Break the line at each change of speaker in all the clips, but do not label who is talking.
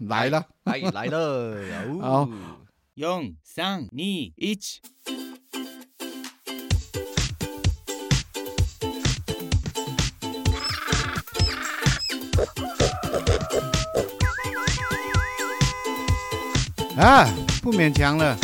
来了，
哎，来了，
好
哦，用三二一，
啊，不勉强了。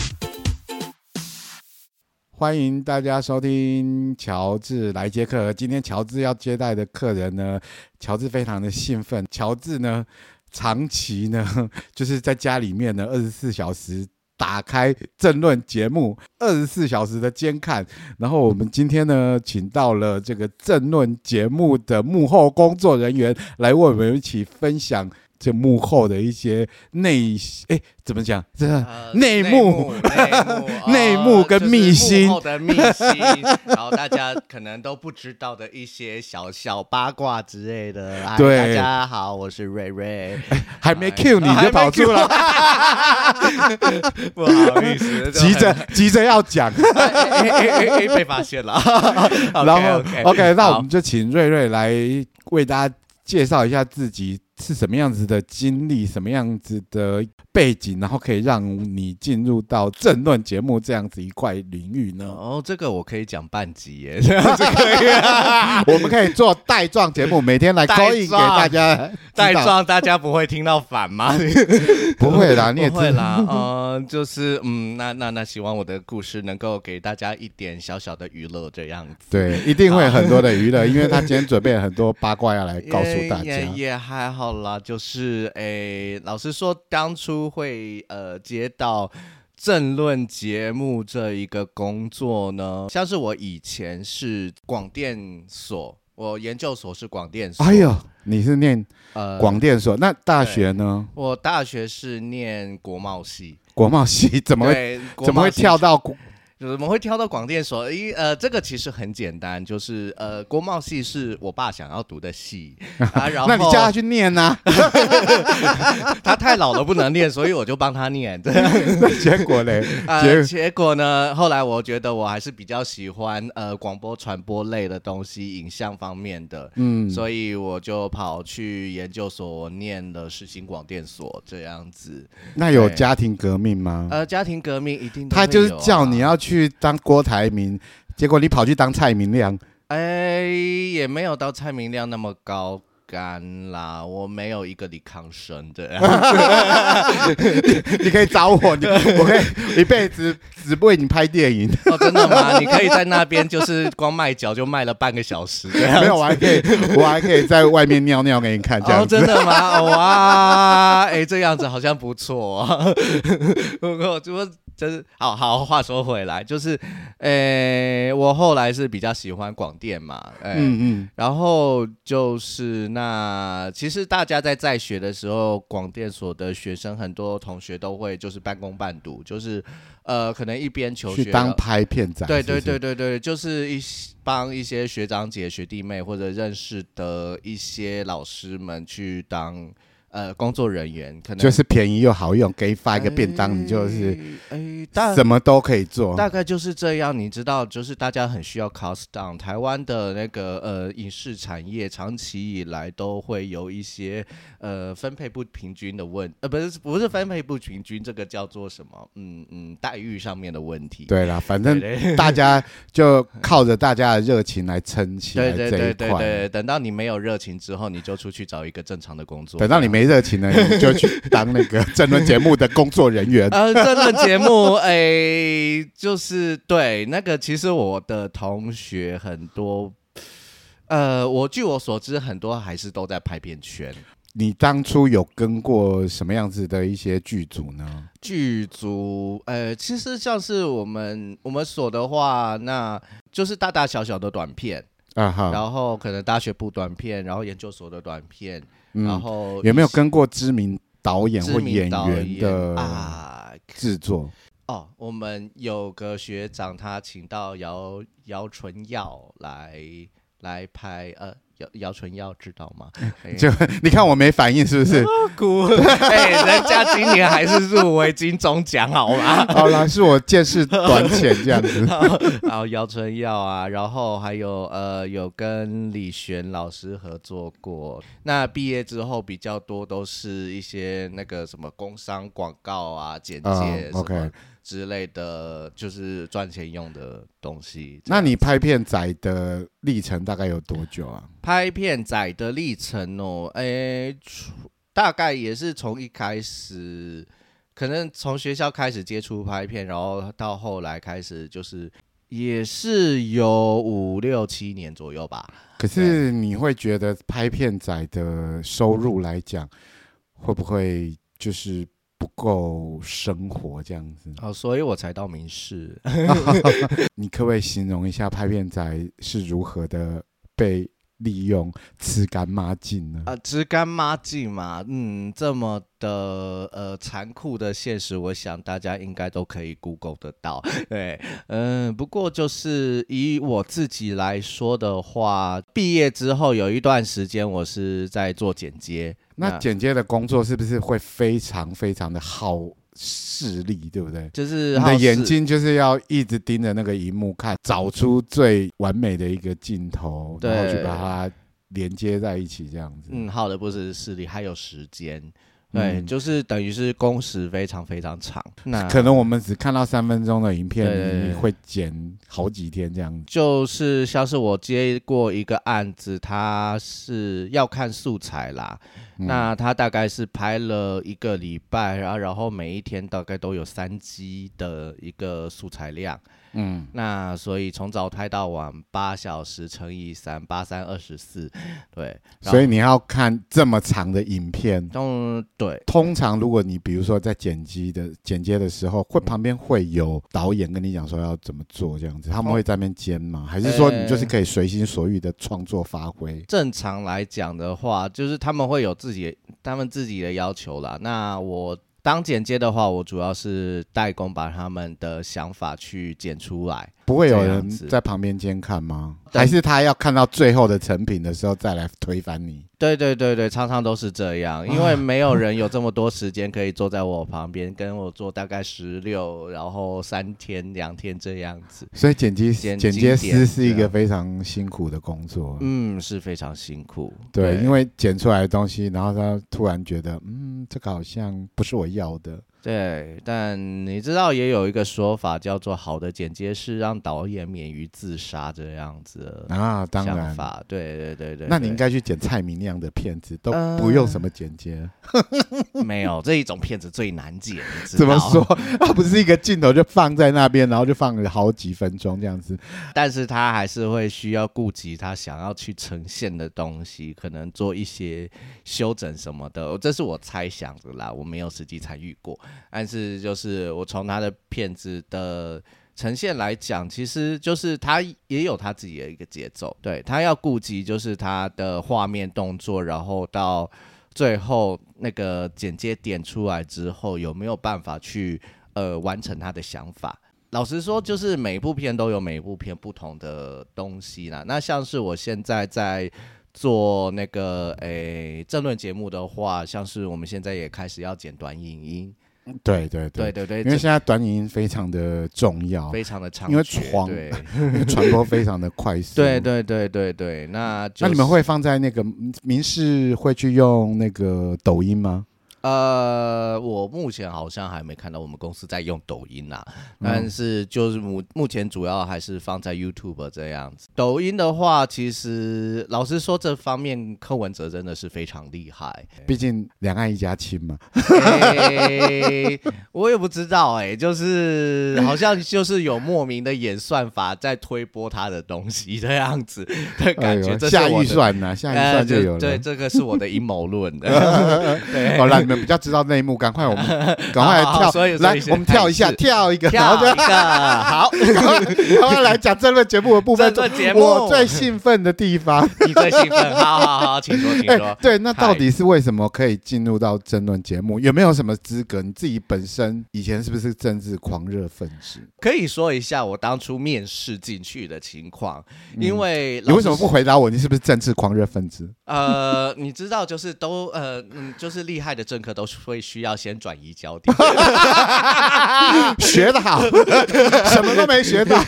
欢迎大家收听乔治来接客。今天乔治要接待的客人呢，乔治非常的兴奋。乔治呢，长期呢 就是在家里面呢，二十四小时打开政论节目，二十四小时的监看。然后我们今天呢，请到了这个政论节目的幕后工作人员来为我们一起分享这幕后的一些内，哎，怎么讲？这
呃
内幕
内幕哦
内幕跟秘辛
就是幕后的秘辛，然后大家可能都不知道的一些小小八卦之类的。哎
对
大家好，我是瑞瑞，
还
哎
没 Q 你就跑出来，
不好意思，
急着急着要 讲，
哎哎哎哎哎被发 现了。然
然后 OK，那我
们
们就请瑞瑞来为大家介绍一下自己是什么样子的经历，什么样子的背景，然后可以让你进入到政论节目这样子一块领域呢？
哦，这个我可以讲半集 耶。啊
我们可以做带状节 目，每天来
带
call in 给
状
大家知道
带，状大家不会听到反吗？
不会啦，啊你也
不
知
会啦， 嗯，就是嗯，那那那希望我的故事能够给大家一点小小的娱乐，这样子。
对，一定会有很多的娱乐，因为他今天准备了很多八卦要来告诉大
哎也也
家。
也还好啦，就是诶、老实说，当初会呃接到政论节目这一个工作呢，像是我以前是广电所，我研究所是广电所，
哎呦，你是念
呃，
广电所，那大学呢？
我大学是念国贸系，
国贸系怎么会
对，国
怎么会
贸系
跳到国
怎么会挑到广电所？因呃，这个其实很简单，就是呃，国贸系是我爸想要读的系 啊，然后
那你叫他去念啊 呐、
他太老了不能念，所以我就帮他念。对
结果嘞，
呃，
结
结果呢，后来我觉得我还是比较喜欢呃广播传播类的东西，影像方面的，
嗯，
所以我就跑去研究所念了世新广电所这样子。
那有家庭革命吗？
呃，家庭革命一定都
他就
会
是
有
叫
啊
你要去当郭台铭，结果你跑去当蔡明亮，
哎，也没有到蔡明亮那么高干啦，我没有一个李康生的。
你可以找我，你我可以一辈子只为你拍电影，
哦，真的 吗？你可以在那边就是光卖脚就卖了半个小时这样
没。有我还可 以，我还可以在外面尿尿给你看，这
哦，
样子。
真的 吗？哦哇，哎，这样子好像不错、哦。 不过，不过，真好好。话说回来，就是，哎，我后来是比较喜欢广电嘛，哎，
嗯嗯，
然后就是那，其实大家在在学的时候，广电所的学生很多同学都会就是半工半读，就是呃，可能一边求学
去当
了
拍片仔，
对
是不
对
是
对，对对，就是一些帮一些学长姐、学弟妹或者认识的一些老师们去当呃工作人员，可能
就是便宜又好用，给你发一个便当，你就是
哎，哎大
什么都可以做。
大概就是这样，你知道，就是大家很需要 cost down。台湾的那个呃影视产业长期以来都会有一些呃分配不平均的问，呃不是不是分配不平均，这个叫做什么？嗯嗯，待遇上面的问题。
对啦，反
对
正
对
大家就靠着大家的热情来撑起来
对对
这
对
一
对
块。
对，等到你没有热情之后，你就出去找一个正常的工作。
等到你没热情了，你就去当那个政论节目的工作人 员。
呃，这个节目，哎、就是对那个，其实我的同学很多，呃，我据我所知，很多还是都在拍片圈。
你当初有跟过什么样子的一些剧组呢？
剧组，呃，其实像是我们我们所的话，那就是大大小小的短片，
啊哈，
然后可能大学部短片，然后研究所的短片，然
嗯，
后
有没有
一些
跟过知名导演
知
或
名
演
导
员的
啊？
制作？
哦，我们有个学长，他请到姚姚纯耀来来拍，呃，姚姚纯耀知道吗？哎
就 你看我没反应是不 是？
哭， 哎，人家今年还是入围金钟奖，啊好 吗？
好啦，是我见识短浅这样子。
然后然后姚春耀啊，然后还有呃有跟李璇老师合作过。那毕业之后比较多都是一些那个什么工商广告啊、简
啊
介什么
，OK
之类的，就是赚钱用的东西。
那你拍片仔的历程大概有多久啊？
拍片仔的历程哦，诶，出大概也是从一开始，可能从学校开始接触拍片，然后到后来开始就是也是有五六七年左右吧。
可是你会觉得拍片仔的收入来讲，会不会就是不够生活这样子？
哦，所以我才到明视。
你可不可以形容一下拍片仔是如何的被利用、吃干抹净呢？
啊，直干妈净嘛，嗯，这么的呃残酷的现实，我想大家应该都可以 Google 得到。对，嗯，不过就是以我自己来说的话，毕业之后有一段时间我是在做剪接，
那剪接的工作是不是会非常非常的耗视力，对不对？
就是
你
好
的
事
眼睛就是要一直盯着那个荧幕看，找出最完美的一个镜头，然后去
对
把它连接在一起，这样子。
嗯，好的不只是视力，还有时间。对，
嗯
就是等于是工时非常非常长，那
可能我们只看到三分钟的影
啊对对
片，
对
你会剪好几天这样子。
就是像是我接过一个案子，他是要看素材啦，
嗯
那他大概是拍了一个礼拜，然后然后每一天大概都有三 G 的一个素材量，
嗯，
那所以从早拍到晚，八小时乘以三，八三二十四，对，然后
所以你要看这么长的影片。
嗯对。
通常，如果你比如说在剪辑的剪接的时候，会旁边会有导演跟你讲说要怎么做这
哦
样子，他们会在那边监吗？还是说你就是可以随心所欲的创作发挥？
正常来讲的话，就是他们会有自己他们自己的要求啦。那我当剪接的话，我主要是代工把他们的想法去剪出来。
不会有
这
人
样子
在旁边监看吗？
但
还是他要看到最后的成品的时候再来推翻你？
对对对对，常常都是这样，因
啊
为没有人有这么多时间可以坐在我旁边，跟我做大概十六，然后三天两天这样子。
所以剪辑
剪
剪接
经典
师是一
对
个
啊
非常辛苦的工作。
嗯，是非常辛苦。
对，因为剪出来的东西，然后他突然觉得，嗯，这个好像不是我要的。
对，但你知道也有一个说法叫做“好的剪接是让导演免于自杀”这样子的
啊，当
嗯想
然，
法，对对对对。
那你
对嗯
应该去剪蔡明那样的片子，都
呃
不用什么剪接。
没有这一种片子最难剪，你知
怎么
道
说？？他不是一个镜头就放在那边，然后就放了好几分钟这样子。
但是他还是会需要顾及他想要去呈现的东西，可能做一些修整什么的，这是我猜想的啦，我没有实际参与过。但是就是我从他的片子的呈现来讲，其实就是他也有他自己的一个节奏，对他要顾及就是他的画面动作，然后到最后那个剪接点出来之后，有没有办法去呃完成他的想法？老实说，就是每部片都有每部片不同的东西啦。那像是我现在在做那个诶政论节目的话，像是我们现在也开始要剪短影音，
对对
对
对，
对对，
因为
这
现在短影音非常的重要，
非常的长，
因为床
对
因为传播非常的快速。
对。对对对对，那就
那你
是
们会放在那个民视会去用那个抖音吗？
呃，我目前好像还没看到我们公司在用抖音啦，
嗯
但是就是目目前主要还是放在 YouTube 这样子。抖音的话，其实老实说，这方面柯文哲真的是非常厉 害。
毕竟两岸一家亲嘛。
欸我也不知道哎、就是好像就是有莫名的演算法在推播他的东西的样子的感
哎
觉。
呦
这是
下
我
预
的
算呐、下预
呃
算就有了。
对，这个是我的阴谋论的。
好啦，们比较知道内幕，赶快我 们 赶快来
好好
跳，
所以所以
来
现在
我们跳一下，
开始
跳一个，然
跳
后就
一个好，
然后 然后来讲这论节目的部分
这，论节目
我最兴奋的地 方。
你最兴奋，好好好，请说，请
哎、
说。
对，那
嗨
到底是为什么可以进入到争论节目？有没有什么资格？你自己本身以前是不是政治狂热分子？
可以说一下我当初面试进去的情况，因为
嗯你
老
为
实
什么不回答我？你是不是政治狂热分 子？
呃，你知道，就是都呃，嗯，就是厉害的政客都是会需要先转移焦 点。
学得好， 什么都没学 到，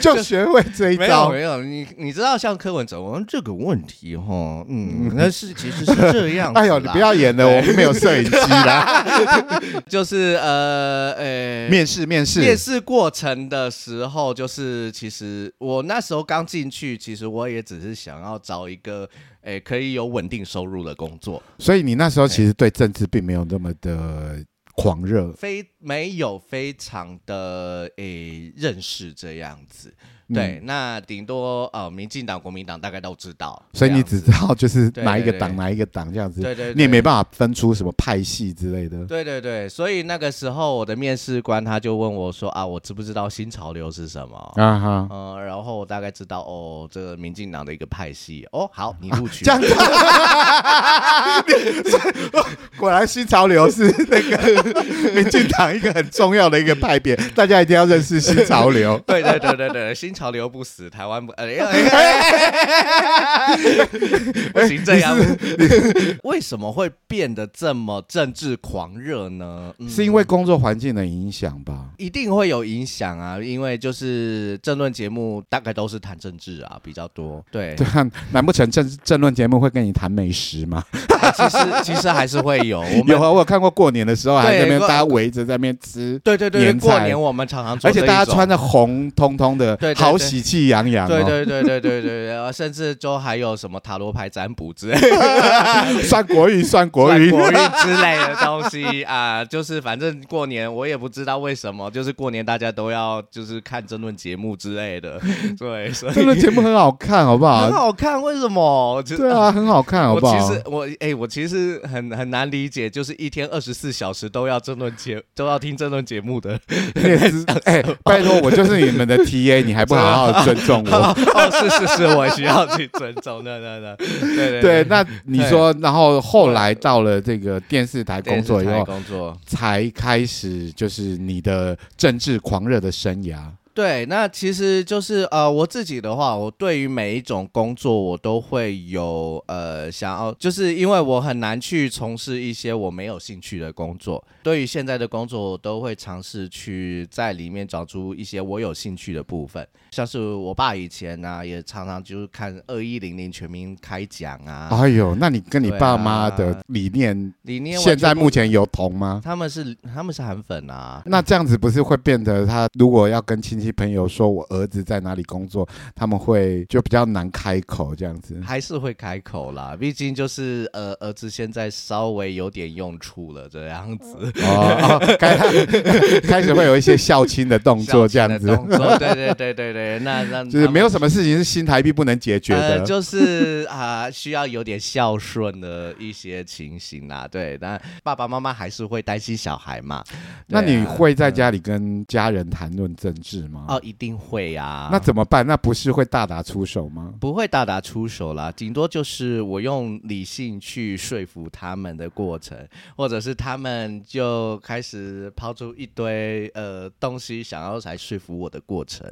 就学会这一
啊没有
招。
没有，你你知道，像柯文哲，我们这个问题哈，嗯，那是其实是这样子
哎
啦。
呦，你不要演了，我们没有摄影机 啦。
就是呃呃，
面试，面试，
面试过程的时候，就是其实我那时候刚进去，其实我也只是想要找一个诶、可以有稳定收入的工作，
所以你那时候其实对政治并没有那么的狂热。
非没有非常的诶、认识这样子。
嗯
对，那顶多呃，民进党、国民党大概都知道，
所以你
这样
只
子
知道就是
对
哪一个
对
党
对
哪一个党这样子，
对对对
你也没办法分出什么派系之类的。
对对对，所以那个时候我的面试官他就问我说啊，我知不知道新潮流是什么？
啊哈，
嗯、然后我大概知道哦，这个民进党的一个派系哦，好，你录取
这样
了、。
子，果然新潮流是那个民进党一个很重要的一个派别，大家一定要认识新潮流
对对对对对，新潮流不死，台湾不呃，不行这样。为什么会变得这么政治狂热呢？ 嗯
是因为工作环境的影响吧？
一定会有影响啊，因为就是政论节目大概都是谈政治啊比较多。对，
对啊，难不成政政论节目会跟你谈美食吗？
啊其实其实还是会有，我们
有啊，我有看过过年的时候还在那边
对
大家围着在那边吃，
对对对，
年
过
菜
年我们常常做
而
这一
且
种，
大家穿的红彤彤的
对对，对
好喜气洋洋
对
哦。
对对对对对对，呃甚至就还有什么塔罗牌占卜之类 的
算国语，算国语，
国运之类的东西啊，就是反正过年我也不知道为什么，就是过年大家都要就是看争论节目之 类的，对，所以
这个节目很好看，好不
很
好？
好看，为什么？就
对。啊，很好看，好
我
不好
其？实我哎、我其实很很难理解，就是一天二十四小时都要争论 节都要听争论节目的，
你也 知哎，拜托，我就是你们的 TA，你还不好好尊重我？
哦， 是是是，我需要去尊重， 那那那，对
对，那你说，然后后来到了这个电视台工作以
电
后，
视台工作。
才开始就是你的政治狂热的生涯。
对，那其实就是呃，我自己的话，我对于每一种工作，我都会有呃想要，就是因为我很难去从事一些我没有兴趣的工作。对于现在的工作，我都会尝试去在里面找出一些我有兴趣的部分。像是我爸以前呢、也常常就是看二一零零全民开讲啊，
哎呦，那你跟你
对
爸妈
啊
的理念
里面
现在目前有同吗？
他们是他们是韩粉啊，
那这样子不是会变得他如果要跟亲戚朋友说我儿子在哪里工作，他们会就比较难开口这样 子。
还是会开口啦，毕竟就是呃，儿子现在稍微有点用处了，这样子。
哦，哦开 开始会有一些孝亲的动作这样
小
子
心，的动 作对对对对对，那那
就是没有什
么。
么事情是新台币不能解决
呃，
的。
就是啊、需要有点孝顺的一些情形啦。对，但爸爸妈妈还是会担心小孩嘛。
那
对啊
你会在家里跟家人谈论政治吗？
哦，一定会呀、啊。
那怎么办？那不是会大打出手吗？
不会大打出手啦，顶多就是我用理性去说服他们的过程，或者是他们就开始抛出一堆呃东西，想要来说服我的过程，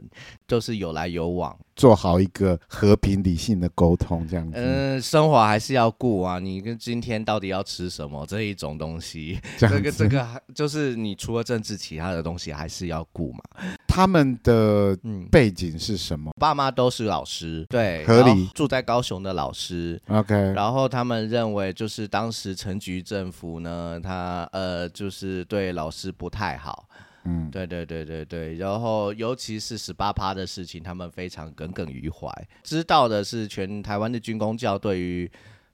都、是有来有往。
做好一个和平理性的沟通，这样子。
嗯、生活还是要顾啊，你跟今天到底要吃什么这一种 东西，
这样
这个这个还就是你除了政治，其他的东西还是要顾嘛。
他们的
嗯，
背景是什么
爸妈都是老师，对，
合理
然后住在高雄的老师，
？OK，
然后他们认为，就是当时陈局政府呢，他呃，就是对老师不太好。
嗯，
对对对对对，然后尤其是十八趴的事情，他们非常耿耿于怀。知道的是，全台湾的军工教对于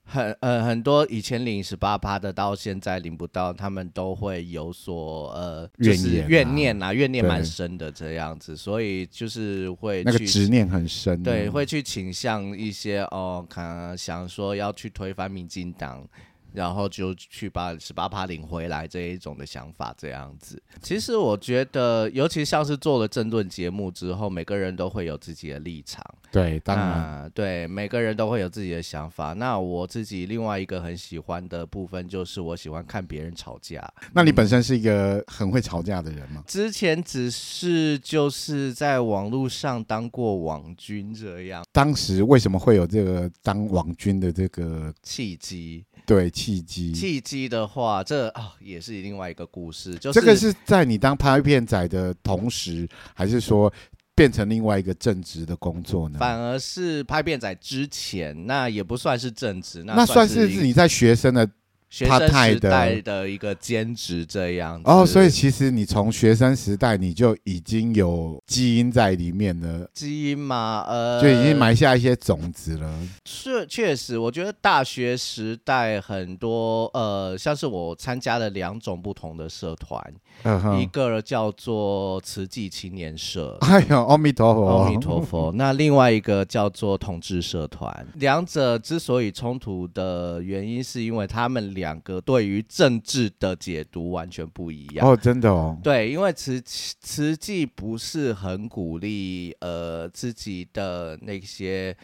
很呃很多以前领十八趴的，到现在领不到，他们都会有所呃就是
怨言啊
怨念呐、怨念
对
蛮深的这样子，所以就是会
那个
去
执念很深。
哦对，会去倾向一些哦，可能想说要去推翻民进党然后就去把十八趴领回来这一种的想法，这样子。其实我觉得，尤其像是做了政论节目之后，每个人都会有自己的立场，
对，当然，
那对，每个人都会有自己的想法。那我自己另外一个很喜欢的部分就是，我喜欢看别人吵架。嗯
那你本身是一个很会吵架的人吗？
之前只是就是在网络上当过网军这样
当时为什么会有这个当网军的这个
契机。
对契机？
契机的话，这啊、也是另外一个故事，就是
这个是在你当拍片仔的同时，还是说变成另外一个正职的工作呢？
反而是拍片仔之前，那也不算是正职，
那算
算
是
一个嗯
你在学生的
学生
part-time
时
的
代的一个兼职这样子。
哦，所以其实你从学生时代你就已经有基因在里面了，
基因嘛，呃，
就已经埋下一些种子了。
确确实，我觉得大学时代很多呃，像是我参加了两种不同的社团，
嗯
一
哼，
个叫做慈济青年社。
哎呦，阿弥陀佛，
阿弥陀佛。那另外一个叫做同志社团，两者之所以冲突的原因，是因为他们两个对于政治的解读完全不一样。
哦，真的哦，
对，因为慈慈济不是很鼓励呃自己的那些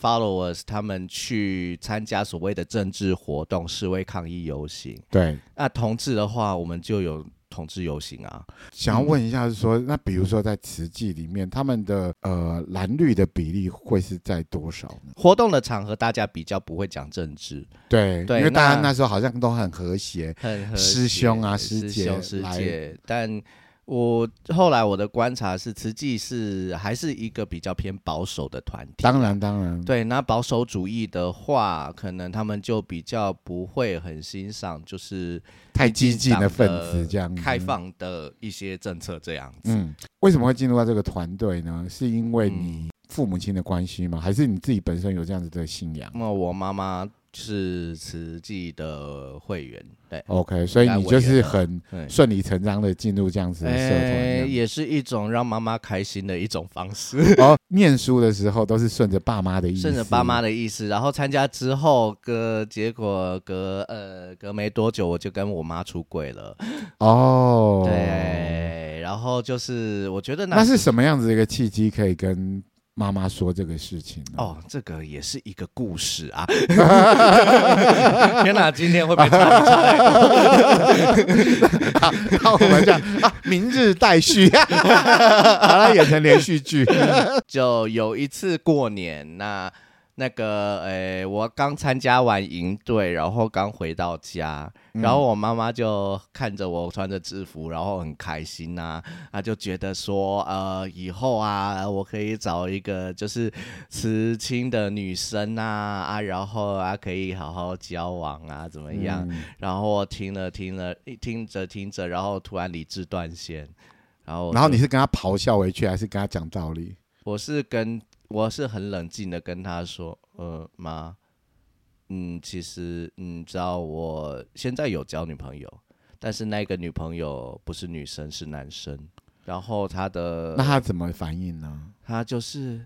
followers 他们去参加所谓的政治活动、示威、抗议、游行。
对，
那同志的话，我们就有同志游行啊。
想要问一下，是说那比如说在慈济里面，他们的呃蓝绿的比例会是在多少呢？
活动的场合，大家比较不会讲政治，
对，
对
因为大家
那
那时候好像都很和谐，
很和
师
谐
兄啊师
师
姐
兄师
来
姐。但我后来我的观察是，慈济是还是一个比较偏保守的团体。
当然当然，
对，那保守主义的话，可能他们就比较不会很欣赏，就是
太
民进
激进的
党
分子这样子，
开放的一些政策这样子。嗯
嗯，为什么会进入到这个团队呢？是因为你父母亲的关系吗？还是你自己本身有这样子的信仰
那么我妈妈是慈济的会员，对
？OK，所以你就是很
对。
顺理成章的进入这样子的社团
哎
这样。
也是一种让妈妈开心的一种方式，
哦，念书的时候都是顺着爸妈的意思，
顺着爸妈的意思。然后参加之后，隔结果隔呃隔没多久，我就跟我妈出轨了。
哦。，
对，然后就是我觉得
那是什么样子的一个契机可以跟妈妈说这个事情 呢？
哦，这个也是一个故事啊！ 天哪，今天 会被查一查。
那我们这样啊，明日待续， 把它演成连续剧。
就有一次过年，那那个诶、我刚参加完营队，然后刚回到家，然后我妈妈就看着我穿着制服，然后很开心呐、啊，就觉得说，呃，以后啊，我可以找一个就是慈亲的女生啊，啊，然后啊，可以好好交往啊，怎么样？
嗯
然后我听了听了，一听着听着，然后突然理智断线，然后我
然后
就
你是跟他咆哮回去，还是跟他讲道理？
我是跟我是很冷静的跟他说，呃妈，嗯，其实你知道我现在有交女朋友，但是那个女朋友不是女生是男生，然后他的
那他怎么反应呢？
他就是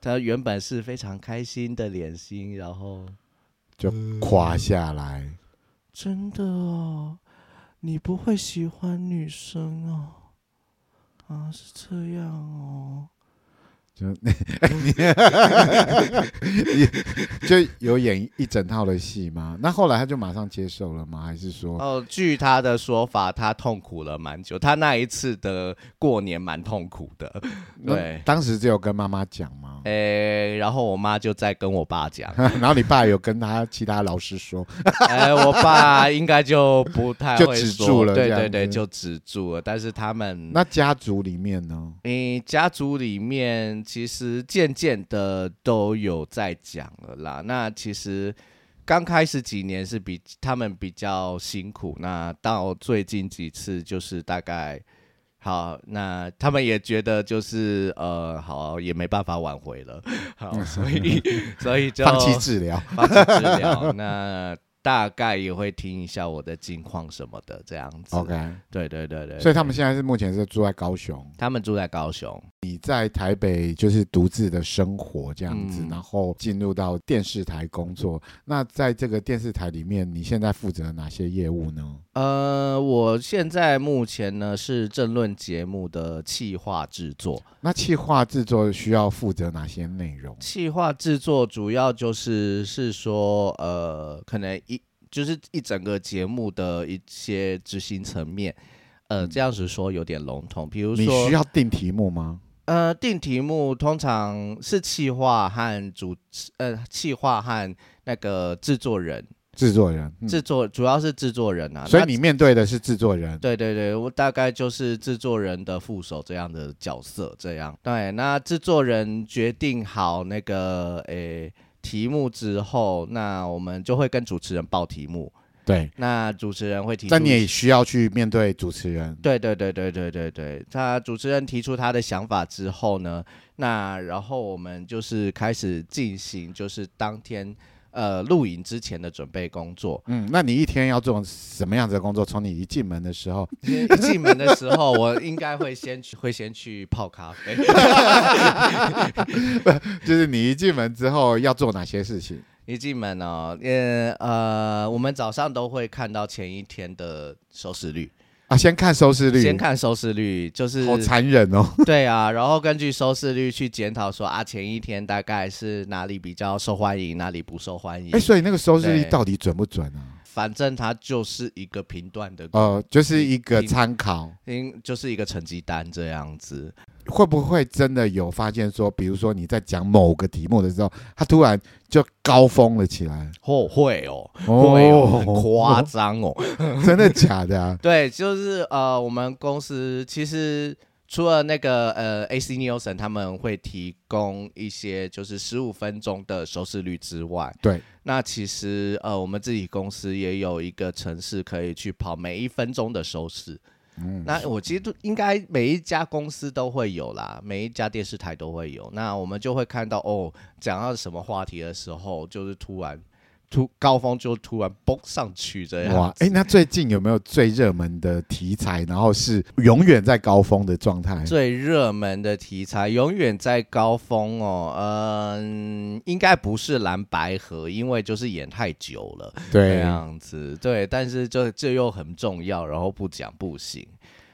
他原本是非常开心的脸心，然后
垮下来。
真的哦，你不会喜欢女生哦。啊，是这样哦，
就你你就有演一整套的戏吗？那后来他就马上接受了吗？还是说
哦，据他的说法，他痛苦了蛮久，他那一次的过年蛮痛苦的，
那
对，
当时只有跟妈妈讲吗？，
诶、然后我妈就在跟我爸讲
然后你爸有跟他其他老师说，
哎、我爸应该就不太
就
会
止
说
住了
对
这样
对对，
子
就止住了。但是他们
那家族里面呢？
你家族里面其实渐渐的都有在讲了啦。那其实刚开始几年是比他们比较辛苦，那到最近几次就是大概好，那他们也觉得就是呃好也没办法 挽 回了，好，所以所以就
放弃治疗，
放弃治疗。那大概也会听一下我的近况什么的这样子。
OK，
对对对对，
所以他们
对
现在是目前是住在高雄，
他们住在高雄，
你在台北就是独自的生活这样子，
嗯
然后进入到电视台工作。那在这个电视台里面，你现在负责哪些业务呢？
呃，我现在目前呢是政论节目的企划制作，
那企划制作需要负责哪些内容？
企划制作主要就是是说，呃，可能一就是一整个节目的一些执行层面，呃，
嗯
这样子说有点笼统。比如
你需
说，
要定题目吗？
呃，定题目通常是企划和主呃企划和那个制作人，
制作人，嗯
制作主要是制作人啊。
所以
那
你面对的是制作人。
对对对，我大概就是制作人的副手这样的角色，这样。对，那制作人决定好那个诶题目之后，那我们就会跟主持人报题目，
对，
那主持人会提出。
但你也需要去面对主持人。
对对对对对对对，他主持人提出他的想法之后呢，那然后我们就是开始进行就是当天呃录影之前的准备工作。
嗯，那你一天要做什么样子的工作？从你一进门的时候，
一进门的时候，我应该会先去会先去泡咖啡。
就是你一进门之后要做哪些事情？
一进门哦，呃呃，我们早上都会看到前一天的收视率，
啊，先看收视率，
先看收视率，就是
好残忍哦。
对啊，然后根据收视率去检讨说啊，前一天大概是哪里比较受欢迎，哪里不受欢迎
哎、，所以那个收视率
对
到底准不准啊？
反正它就是一个评断的，
呃，就是一个
你
参考，
因就是一个成绩单这样子。
会不会真的有发现说，比如说你在讲某个题目的时候，它突然就高峰了起来？
哦，会哦，会哦，很夸
哦
张哦。
真的假的啊？
对，就是呃，我们公司其实除了那个呃，AC Nielsen 他们会提供一些就是十五分钟的收视率之外，
对，
那其实呃，我们自己公司也有一个城市可以去跑每一分钟的收视。
嗯，
那我其实都应该每一家公司都会有啦，每一家电视台都会有。那我们就会看到哦，讲到什么话题的时候，就是突然突高峰就突然蹦上去这样。
哇，哎、那最近有没有最热门的题材，然后是永远在高峰的状态？
最热门的题材永远在高峰哦，嗯，应该不是蓝白河，因为就是演太久了这
对
样子，对，但是这这又很重要，然后不讲不行。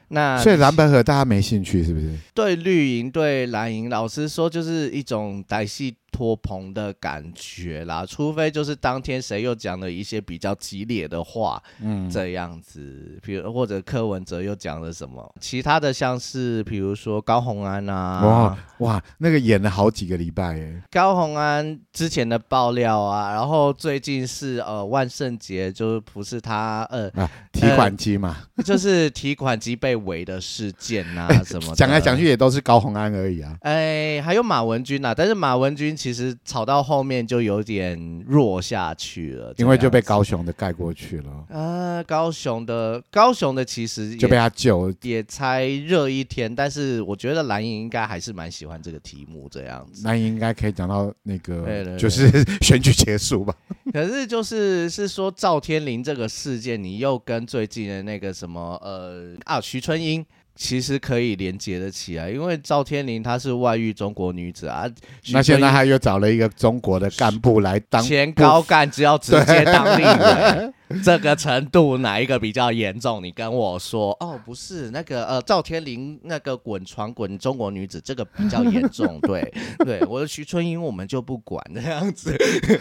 那
所以蓝白河大家没兴趣是不是？
对绿营对蓝营，老实说就是一种歹戏拖棚的感觉啦，除非就是当天谁又讲了一些比较激烈的话，
嗯，
这样子，比如或者柯文哲又讲了什么，其他的像是比如说高虹安啊，
哇哇，那个演了好几个礼拜哎，
高虹安之前的爆料啊，然后最近是呃万圣节，就是不是他呃
提款机嘛，
就是提款机被围的事件 呐、什么的
讲、来讲去。也都是高红安而已啊。
哎，还有马文君呐、但是马文君其实吵到后面就有点弱下去了，
因为就被
这样
高雄的盖过去了，
子呃高雄的高雄的其实也
就被他救。
也才热一天，但是我觉得蓝营应该还是蛮喜欢这个题目这样子。
那应该可以讲到那个，
对对对
就是 选举结束吧。
可是就是是说赵天麟这个事件，你又跟最近的那个什么呃啊徐春英。其实可以连接的起来，因为赵天麟她是外遇中国女子啊，徐
那现在
春英
他又找了一个中国的干部来当
前
部
高干只要直接当立委， 这个程度哪一个比较严重？你跟我说哦，不是那个呃，赵天麟那个滚床滚中国女子这个比较严重，对对，我的徐春英我们就不管这样子，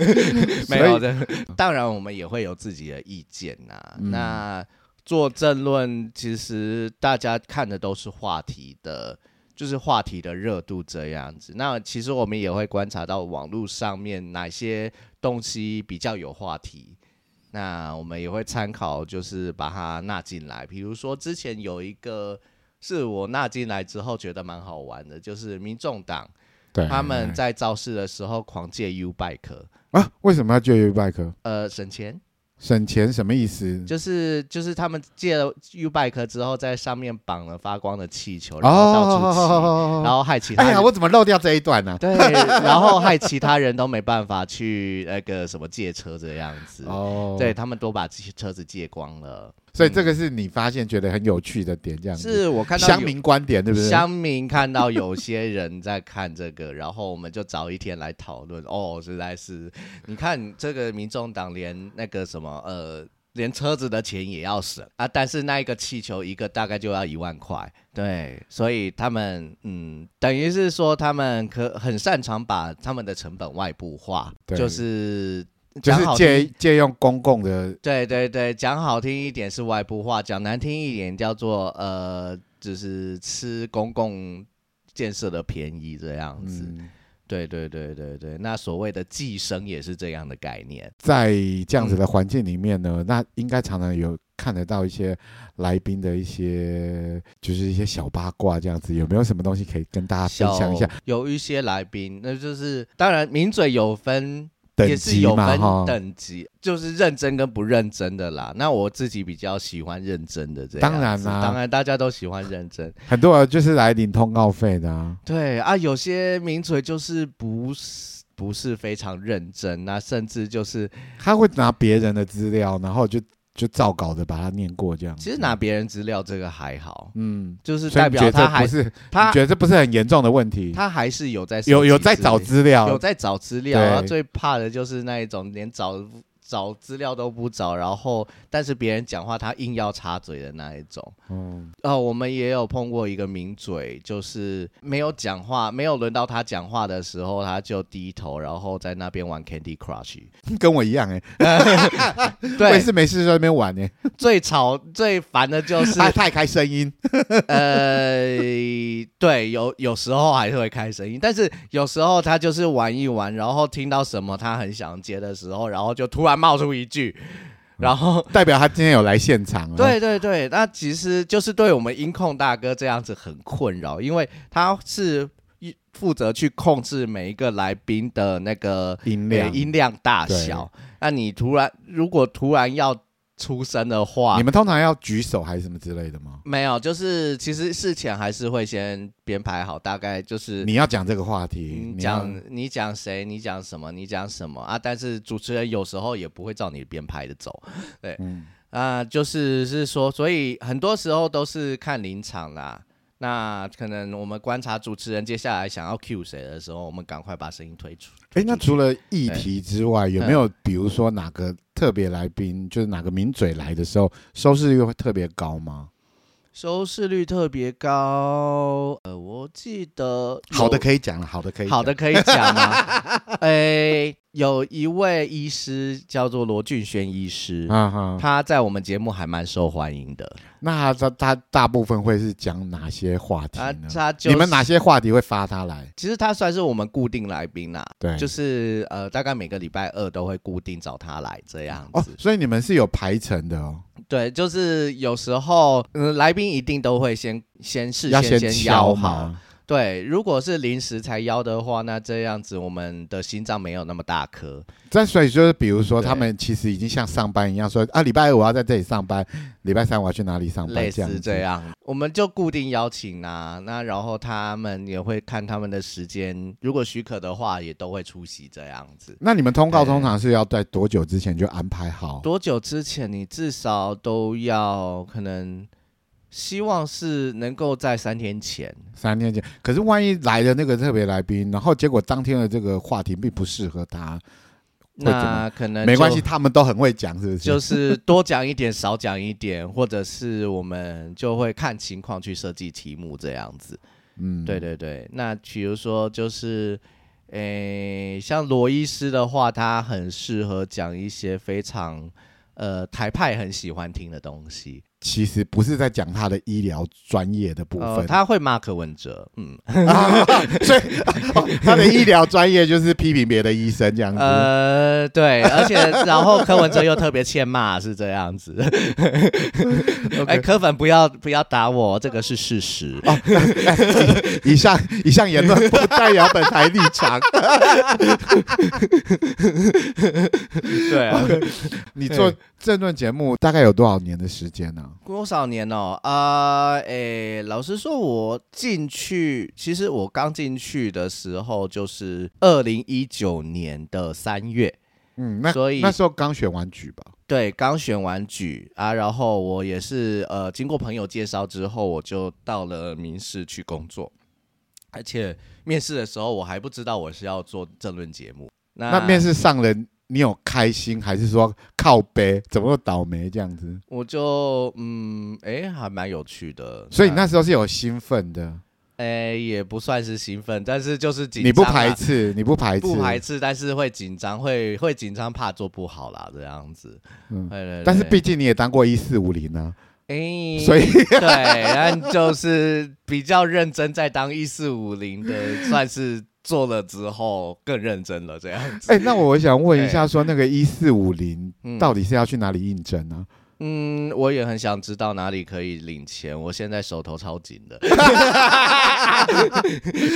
没有的。当然我们也会有自己的意见呐、
嗯
那做政论，其实大家看的都是话题的。就是话题的热度这样子。那其实我们也会观察到网络上面哪些东西比较有话题，那我们也会参考，就是把它纳进来。比如说之前有一个是我纳进来之后觉得蛮好玩的，就是民众党
对
他们在造势的时候狂借 U bike，
啊，为什么要救 U bike？
呃，省钱。
省钱什么意思？
就是就是他们借了 U bike 之后，在上面绑了发光的气球，然后到处骑，然
哦，
后害其他
哎
人、
呀，我怎么漏掉这一段呢、啊
对，然后害其他人都没办法去那个什么借车这样子。
哦，
对，他们都把这些车子借光了，
所以这个是你发现觉得很有趣的点，这样子。
是我看到有
乡民观点，对不对？
乡民看到有些人在看这个，然后我们就找一天来讨论。哦，实在是，你看这个民众党连那个什么呃。连车子的钱也要省啊，但是那一个气球一个大概就要一万块，对，所以他们嗯，等于是说他们可很擅长把他们的成本外部化，
对
就是
就
讲
是
好
借
听
借用公共的，
对对对，讲好听一点是外部化，讲难听一点叫做呃，就是吃公共建设的便宜这样子。
嗯，
对对对对对，那所谓的寄生也是这样的概念。
在这样子
嗯
的环境里面呢，那应该常常有看得到一些来宾的一些，就是一些小八卦这样子，有没有什么东西可以跟大家啊分享一下
小有一些来宾，那就是当然名嘴有分
等
也是
级
有
嘛？
分
哈，
等级，就是认真跟不认真的啦。那我自己比较喜欢认真的这样子，
当然啦
当然大家都喜欢认真。
很多人就是来领通告费的啊。
对啊，有些名嘴就是不是不是非常认真，那甚至就是
他会拿别人的资料，然后就就照稿的把它念过这样子。
其实拿别人资料这个还好，
嗯，
就是
所以
代
你觉
表
得
他
这
还
不是
他
你觉得这不是很严重的问题？
他还是有在
有
收
有
集
在找
料
资料，
有在找资料，
对
他最怕的就是那一种连找找资料都不找，然后但是别人讲话他硬要插嘴的那一种。
嗯，
哦，我们也有碰过一个名嘴，就是没有讲话，没有轮到他讲话的时候，他就低头，然后在那边玩 Candy Crush。
跟我一样哎，我也
对，
是没事在那边玩哎，
最吵最烦的 就是
他太开声音，
呃，对，有有时候还是会开声音，但是有时候他就是玩一玩，然后听到什么他很想接的时候，然后就突然冒出一句，
嗯
然后。
代表他今天有来现场啊。
对对对，那其实就是对我们音控大哥这样子很困扰，因为他是一负责去控制每一个来宾的那个
音
呃
量，
音量大小。那你突然如果突然要出声的话，
你们通常要举手还是什么之类的吗？
没有，就是其实事前还是会先编排好，大概就是
你要讲这个话题
你，
你要
讲你讲谁，你讲什么，你讲什么啊？但是主持人有时候也不会照你编排的走
嗯，
啊，就是是说，所以很多时候都是看临场啦。那可能我们观察主持人接下来想要 cue 谁的时候，我们赶快把声音推出。
哎，那
出去
除了议题之外，有没有比如说哪个特别来宾，就是哪个名嘴来的时候，收视率会特别高吗？
收视率特别高，呃，我记得有
好的可以讲了，好的可以，
好的，可以讲吗？ 诶，有一位医师叫做罗俊轩医师，
啊哈，
他在我们节目还蛮受欢迎的。
那他他大部分会是讲哪些话题
啊
呢，？
他就是
你们哪些话题会发他来？
其实他算是我们固定来宾啦、
对，
就是呃，大概每个礼拜二都会固定找他来这样
哦
子。，
所以你们是有排程的哦，
对，就是有时候嗯、呃来宾一定都会先先事
要
先
敲
邀好。
嘛，
对，如果是临时才邀的话，那这样子我们的心脏没有那么大颗。
但所以就是，比如说
对
他们其实已经像上班一样说啊，礼拜二我要在这里上班，礼拜三我要去哪里上班，
类
这样
似
子
这。样，我们就固定邀请啊，那然后他们也会看他们的时间，如果许可的话，也都会出席这样子。
那你们通告
对
通常是要在多久之前就安排好？
多久之前你至少都要可能，希望是能够在三天前。
三天前。可是万一来的那个特别来宾，然后结果当天的这个话题并不适合他，会怎么
那可能
没
就
关系，，他们都很会讲，是 不是？
就是多讲一点，少讲一点，或者是我们就会看情况去设计题目这样子。
嗯，
对对对，那比如说就是，诶、像罗医师的话，他很适合讲一些非常呃台派很喜欢听的东西。
其实不是在讲他的医疗专业的部分，
呃，他会骂柯文哲，嗯，
啊 所以、 哦他的医疗专业就是批评别的医生这样子。
呃，对，而且然后柯文哲又特别欠骂，是这 样子。哎、柯粉不要不要打我，这个是事实。
哦以上以上言论不代表本台立场。
对啊，
你做政论节目大概有多少年的时间呢、
多少年哦？啊、诶、老实说，我进去，其实我刚进去的时候就是二零一九年的三月，
嗯，那
所以
那时候刚选完举吧，
对，刚选完举啊，然后我也是呃，经过朋友介绍之后，我就到了民视去工作，而且面试的时候我还不知道我是要做政论节目。那
那面试上了，你有开心还是说靠背怎么又倒霉这样子？
我就嗯，诶，还蛮有趣的。
所以你那时候是有兴奋的，
诶、也不算是兴奋，但是就是紧张啊、
你不排斥，你不排斥，
不排斥，但是会紧张，会会紧张，怕做不好啦，这样子。
嗯
对对对
但是毕竟你也当过一四五零啊，
诶，
所以
对，但就是比较认真在当一四五零的，算是做了之后更认真了，这样子。
哎、那我想问一下，说那个一四五零
嗯
到底是要去哪里应征啊呢、
嗯，我也很想知道哪里可以领钱，我现在手头超紧的。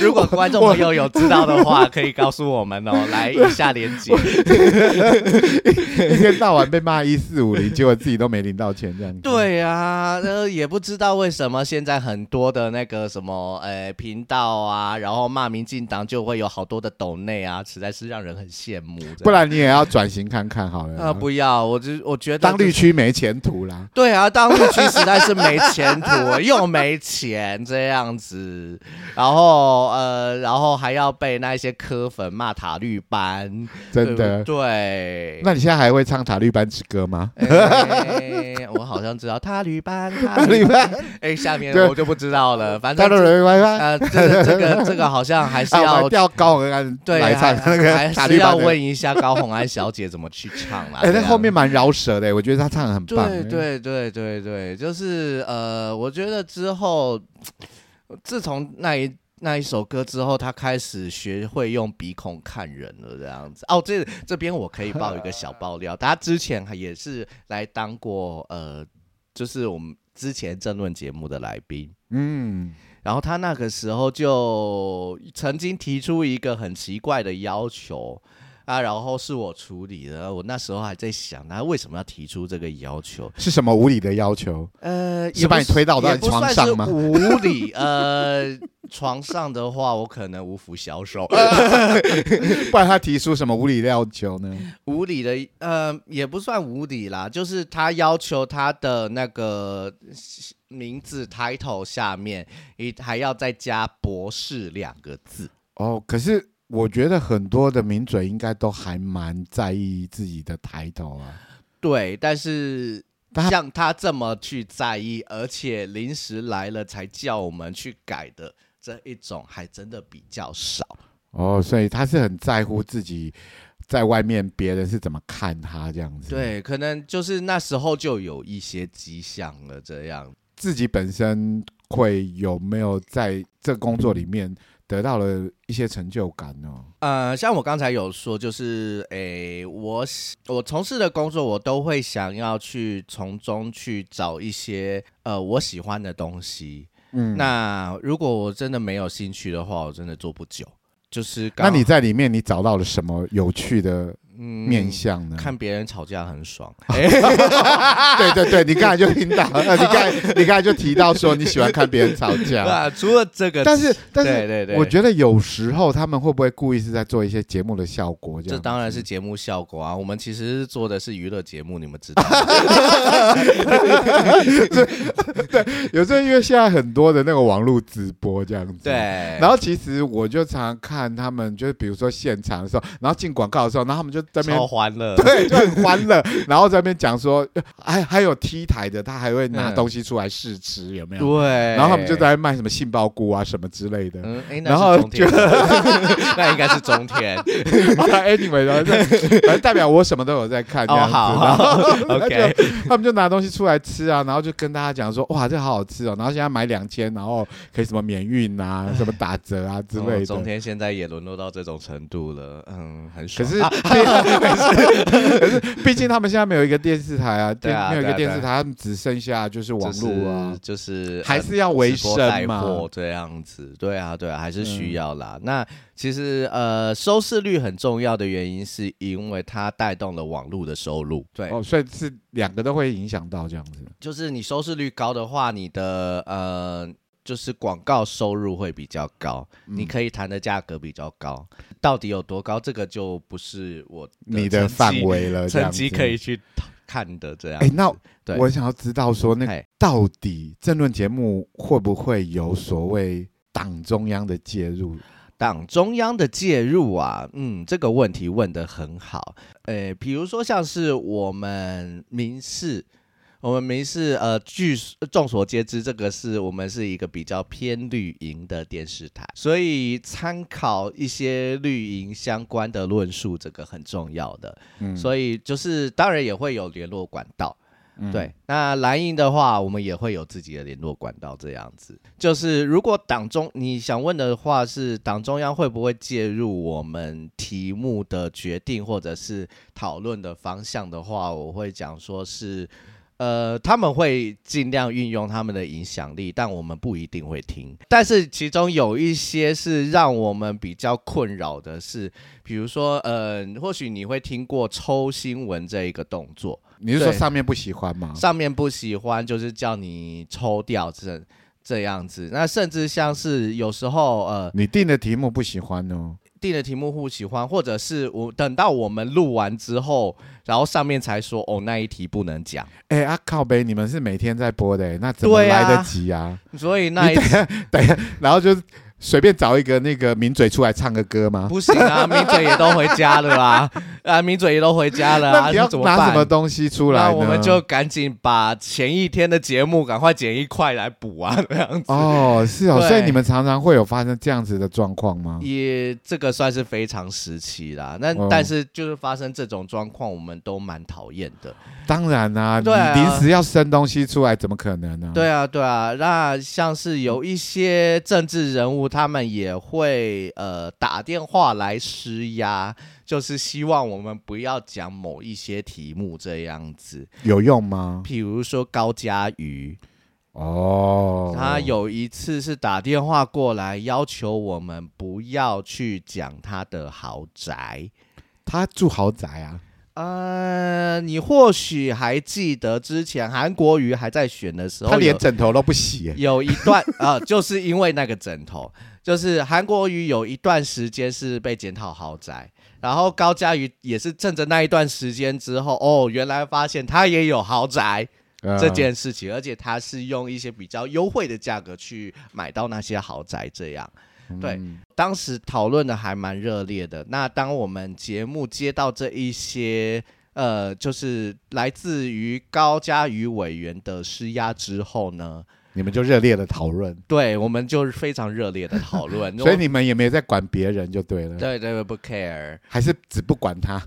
如果观众朋友有知道的话，可以告诉我们哦，来以下连接。
一天到晚被骂一四五零，结果自己都没领到钱，这样子。，
对啊，呃，也不知道为什么现在很多的那个什么，呃，频道啊，然后骂民进党就会有好多的抖内啊，实在是让人很羡慕。这样
不然你也要转型看看好了啦。
啊、不要，我只我觉得
当绿
就是
区没前途啦。
对啊，当绿区实在是没前途，又没钱这样子，然后呃，然后还要被那一些科粉骂塔绿班，
真
对不
的。
对。
那你现在还会唱塔利班之歌吗？
哎我好像知道塔绿班， 塔 绿班。哎、下面
对
我就不知道了，反
塔
正
利
这
班，
呃，这个这个这个好像还呃是
啊，我
要
们调高我们
对，
来唱
还
那个
还
塔
是
利
要
班的。
问一下高红安小姐怎么去唱啦。
哎，
这
那
样
后面蛮饶舌的，我觉得他唱的很棒。
啊对对对对对，就是呃，我觉得之后，自从那一那一首歌之后，他开始学会用鼻孔看人了，这样子。哦，这这边我可 以爆一个小爆料，他之前还也是来当过呃，就是我们之前政论节目的来宾。
嗯，
然后他那个时候就曾经提出一个很奇怪的要求啊，然后是我处理的。我那时候还在想，他为什么要提出这个要求？
是什么无理的要求？
呃，
是
也不
把你推倒到
也不
床
算
上
是
吗
无理，呃，床上的话，我可能无福消受。
不然他提出什么无理的要求呢？
无理的，呃，也不算无理啦，就是他要求他的那个名字 title 下面，一还要再加博士两个字。
哦，可是我觉得很多的名嘴应该都还蛮在意自己的抬头啊。
对，但是
但他
像他这么去在意，而且临时来了才叫我们去改的这一种，还真的比较少。
哦，所以他是很在乎自己在外面别人是怎么看他这样子。，
对，可能就是那时候就有一些迹象了，这样。
自己本身会有没有在这工作里面得到了一些成就感呢、
呃，像我刚才有说，就是诶、我喜我从事的工作，我都会想要去从中去找一些呃我喜欢的东西。
嗯，
那如果我真的没有兴趣的话，我真的做不久。就是
那
刚
你在里面你找到了什么有趣的
嗯
面相呢？
看别人吵架很爽，
对对对，你刚才就听 到，呃、你刚才你刚才就提到说你喜欢看别人吵
对
架，
啊，除了这个，
但是但是
对对对，
我觉得有时候他们会不会故意是在做一些节目的效果这
这
样？
当然是节目效果啊，我们其实做的是娱乐节目，你们 知道吗，
有时候因为现在很多的那个网络直播这样子。
对。。
然后其实我就常常看他们，就是比如说现场的时候，然后进广告的时候，然后他们就在那边
超欢乐，
对， 就很欢乐，然后在那边讲说， 呃还还有 T 台的，他还会拿
嗯
东西出来试吃，有没有？
对，
然后他们就在那边卖什么杏鲍菇啊什么之类的。
嗯，哎，
然
那
后
是中天， 那应该是中 天
好了啊 anyway，然后就反正代表我什么都有在 看这
哦，
样子。
好好
他就
，OK，
他们就拿东西出来吃啊，然后就跟大家讲说，哇，这好好吃哦，然后现在买两千，然后可以什么免运啊，什么打折啊之
哦
类
中
的。
天现在也沦落到这种程度了，嗯，很
可
爽。
是
啊
毕毕竟他们现在没有一个电视台啊，
对啊
电没有一个
对啊
电视
对啊
台，他们只剩下就是网络啊，
就是呃
还是要维生嘛。
这样子，对啊，对啊，还是需要啦。那其实呃，收视率很重要的原因，是因为它带动了网络的收入。对
哦，所以是两个都会影响到这样子。
就是你收视率高的话，你的呃。就是广告收入会比较高，
嗯
你可以谈的价格比较高，到底有多高，这个就不是我
你的
成绩
范围了，这
成
样子
绩可以。去看的这样子。
哎，那
对
我想要知道说，那
哎
到底政论节目会不会有所谓党中央的介入？
党中央的介入啊，嗯，这个问题问得很好。呃，比如说像是我们民事，我们民事，呃，据众所皆知，这个是我们是一个比较偏绿营的电视台，所以参考一些绿营相关的论述，这个很重要的。
嗯
所以就是当然也会有联络管道。
嗯
对，那蓝营的话，我们也会有自己的联络管道，这样子。就是如果党中你想问的话是，党中央会不会介入我们题目的决定或者是讨论的方向的话，我会讲说是，呃，他们会尽量运用他们的影响力，但我们不一定会听。但是其中有一些是让我们比较困扰的是，比如说，呃，或许你会听过抽新闻这一个动作。
你是说
对
上面不喜欢吗？
上面不喜欢，就是叫你抽掉这这样子。那甚至像是有时候呃
你定的题目不喜欢哦，
定的题目不喜欢，或者是我等到我们录完之后，然后上面才说哦那一题不能讲，
哎啊靠呗，你们是每天在播的，那怎么
对啊
来得及啊？
所以那一题
然后就随便找一个那个名嘴出来唱个歌吗？
不行啊，名嘴也都回家了啦，啊名嘴也都回家 了、
那
啊，
你要
怎么
拿
办？
什么东西出来
那
呢？
我们就赶紧把前一天的节目赶快剪一块来补啊，这样子。
哦，是哦，
对
所以你们常常会有发生这样子的状况吗？
也这个算是非常时期啦，那、
哦
但是就是发生这种状况，我们都蛮讨厌的。
当然啦、
对啊
你临时要生东西出来，怎么可能呢、，
对啊，对啊，那像是有一些政治人物，他们也会呃打电话来施压，就是希望我们不要讲某一些题目这样子。
有用吗？
譬如说高嘉瑜，
哦，
他有一次是打电话过来要求我们不要去讲他的豪宅。
他住豪宅啊，
呃，你或许还记得之前韩国瑜还在选的时候有，
他连枕头都不洗耶、
有一段呃，就是因为那个枕头，就是韩国瑜有一段时间是被检讨豪宅，然后高嘉瑜也是趁着那一段时间之后，哦，原来发现他也有豪宅
呃
这件事情，而且他是用一些比较优惠的价格去买到那些豪宅，这样。对
嗯
当时讨论的还蛮热烈的。那当我们节目接到这一些呃，就是来自于高嘉瑜委员的施压之后呢，
你们就热烈的讨论，
对我们就是非常热烈的 讨论。
所以你们也没在管别人就对了，
对对对不 care，
还是只不管他，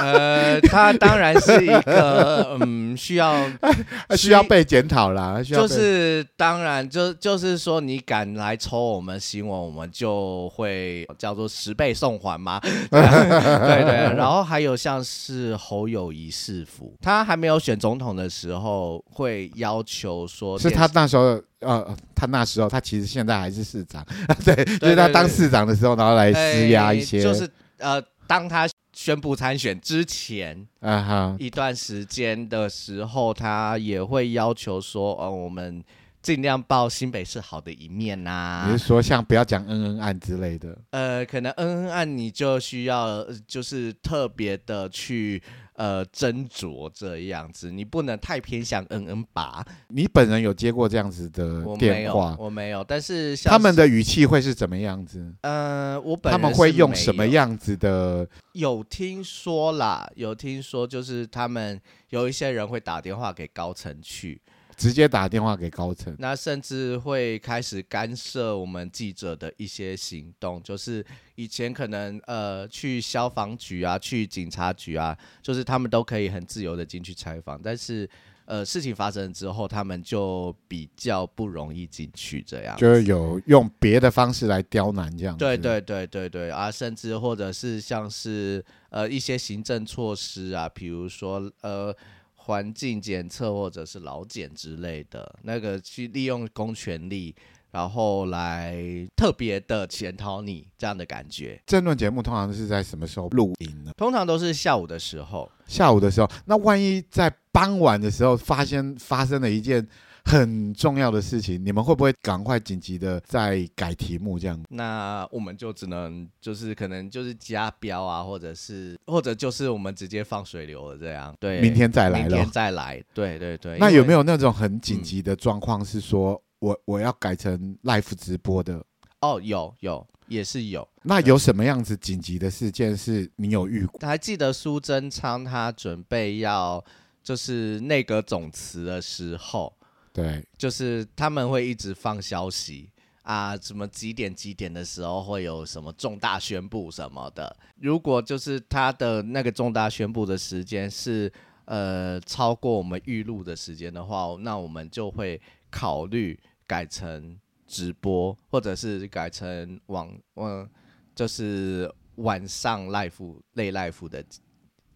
呃，他当然是一个嗯需要
需要被检讨啦，需要
就
被
是当然，就就是说，你敢来抽我们新闻，我们就会叫做十倍送 还吗？对对。然后还有像是侯友谊市府，他还没有选总统的时候，会要求说
是
哦电
他那时候，呃，他那时候，他其实现在还是市长， 对，就是
对
他
对
当市长的时候，然后来施压
哎
一些，
就是呃，当他宣布参选之前，
啊哈，
一段时间的时候，他也会要求说，呃，我们尽量报新北市好的一面啊呐、
你是说像不要讲恩恩案之类的，
呃，可能恩恩案你就需要呃就是特别的去呃斟酌这样子，你不能太偏向恩恩吧。
你本人有接过这样子的
我没
呃电
有，
话，
我没有，但是像
他们
是
的语气会是怎么样子？
呃，我本
他
人
们会
是
用
没
什么
有？
样子的？
有听说啦，有听说就是他们有一些人会打电话给高层去，
直接打电话给高层，
那甚至会开始干涉我们记者的一些行动，就是以前可能呃去消防局啊、去警察局啊，就是他们都可以很自由的进去采访，但是呃事情发生之后，他们就比较不容易进去这样。
就是有用别的方式来刁难这样子。
对对对对对啊，甚至或者是像是呃一些行政措施啊，比如说呃环境检测或者是劳检之类的，那个去利用公权力，然后来特别的检讨你这样的感觉。
政论节目通常是在什么时候录音呢？
通常都是下午的时候，
下午的时候。那万一在傍晚的时候发现发生了一件很重要的事情，你们会不会赶快紧急的再改题目这样？
那我们就只能就是可能就是加标啊，或者是或者就是我们直接放水流了这样。对，
明天再来
明
了
天。再来。对对对。
那有没
有？
有那种很紧急的状况是说我我要改成 live 直播的？
哦，有有也是有。
那有什么样子紧急的事件是你有遇过？
还记得苏贞昌他准备要就是内阁总辞的时候，
对，
就是他们会一直放消息啊，什么几点几点的时候会有什么重大宣布什么的。如果就是他的那个重大宣布的时间是呃超过我们预录的时间的话，那我们就会考虑改成直播，或者是改成网嗯，就是晚上 live 类 live 的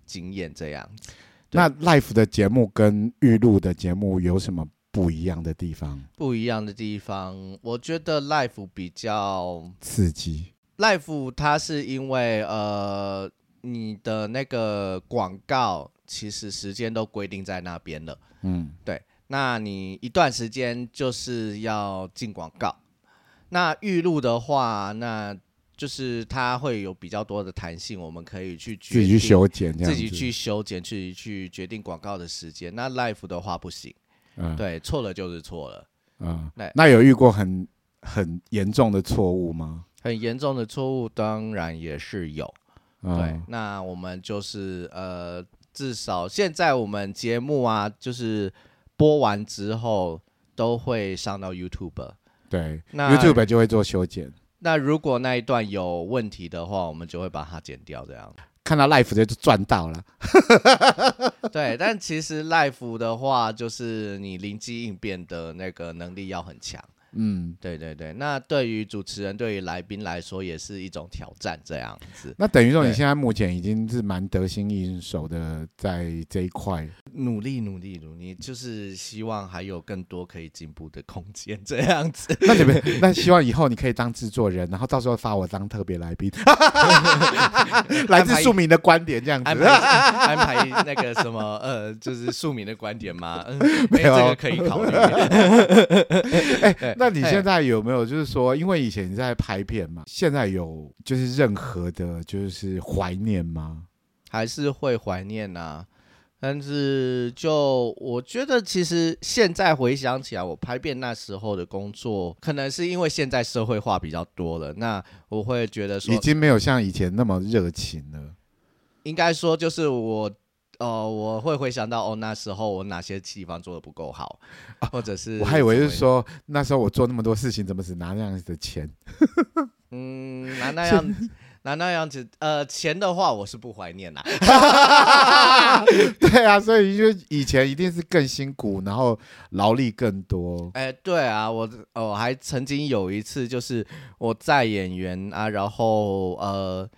经验这样子。对
那 live 的节目跟预录的节目有什么不一样的地方？
不一样的地方，我觉得 live 比较
刺激
Life 它是因为呃你的那个广告其实时间都规定在那边了，
嗯，
对，那你一段时间就是要进广告。那预录的话，那就是它会有比较多的弹性，我们可以去决
自己
定
去修剪这样
自
子，
己去修剪，自己去决定广告的时间。那 Life 的话不行，
嗯
对，错了就是错了。
嗯
对，
那有遇过很很严重的错误吗？
很严重的错误当然也是有，
嗯
对，，那我们就是呃，至少现在我们节目啊，就是播完之后都会上到 YouTube。
对
那
，YouTube 就会做修剪。
那如果那一段有问题的话，我们就会把它剪掉，这样。
看到 live 的就赚到了，
对，但其实 Live 的话，就是你灵机应变的那个能力要很强。
嗯，
对对对，那对于主持人、对于来宾来说，也是一种挑战，这样子。
那等于说你
对
现在目前已经是蛮得心应手的，在这一块。
努力，努力，努力，就是希望还有更多可以进步的空间，这样子。
那你们， 那希望以后你可以当制作人，然后到时候发我当特别 来宾，来自庶民的观点这样
安
子
排。安排那个什么呃，就是庶民的观 点吗？嗯，没
有
这个可以 考虑。
哎那你现在有没有就是说，因为以前你在拍片嘛，现在有就是任何的就是怀念吗？
还是会怀念呐、但是就我觉得，其实现在回想起来，我拍片那时候的工作，可能是因为现在社会化比较多了，那我会觉得说
已，经没有像以前那么热情了。
应该说就是我。呃，我会回想到哦，那时候我哪些地方做的不够好，或者是
啊我还以为是
怎么样
说那时候我做那么多事情，怎么只拿那样子的 钱？
嗯，那那样，那那样子，呃，钱的话我是不怀念啦。
对啊，所以就以前一定是更辛苦，然后劳力更多。
哎、对啊，我我、还曾经有一次，就是我在演员啊，然后呃，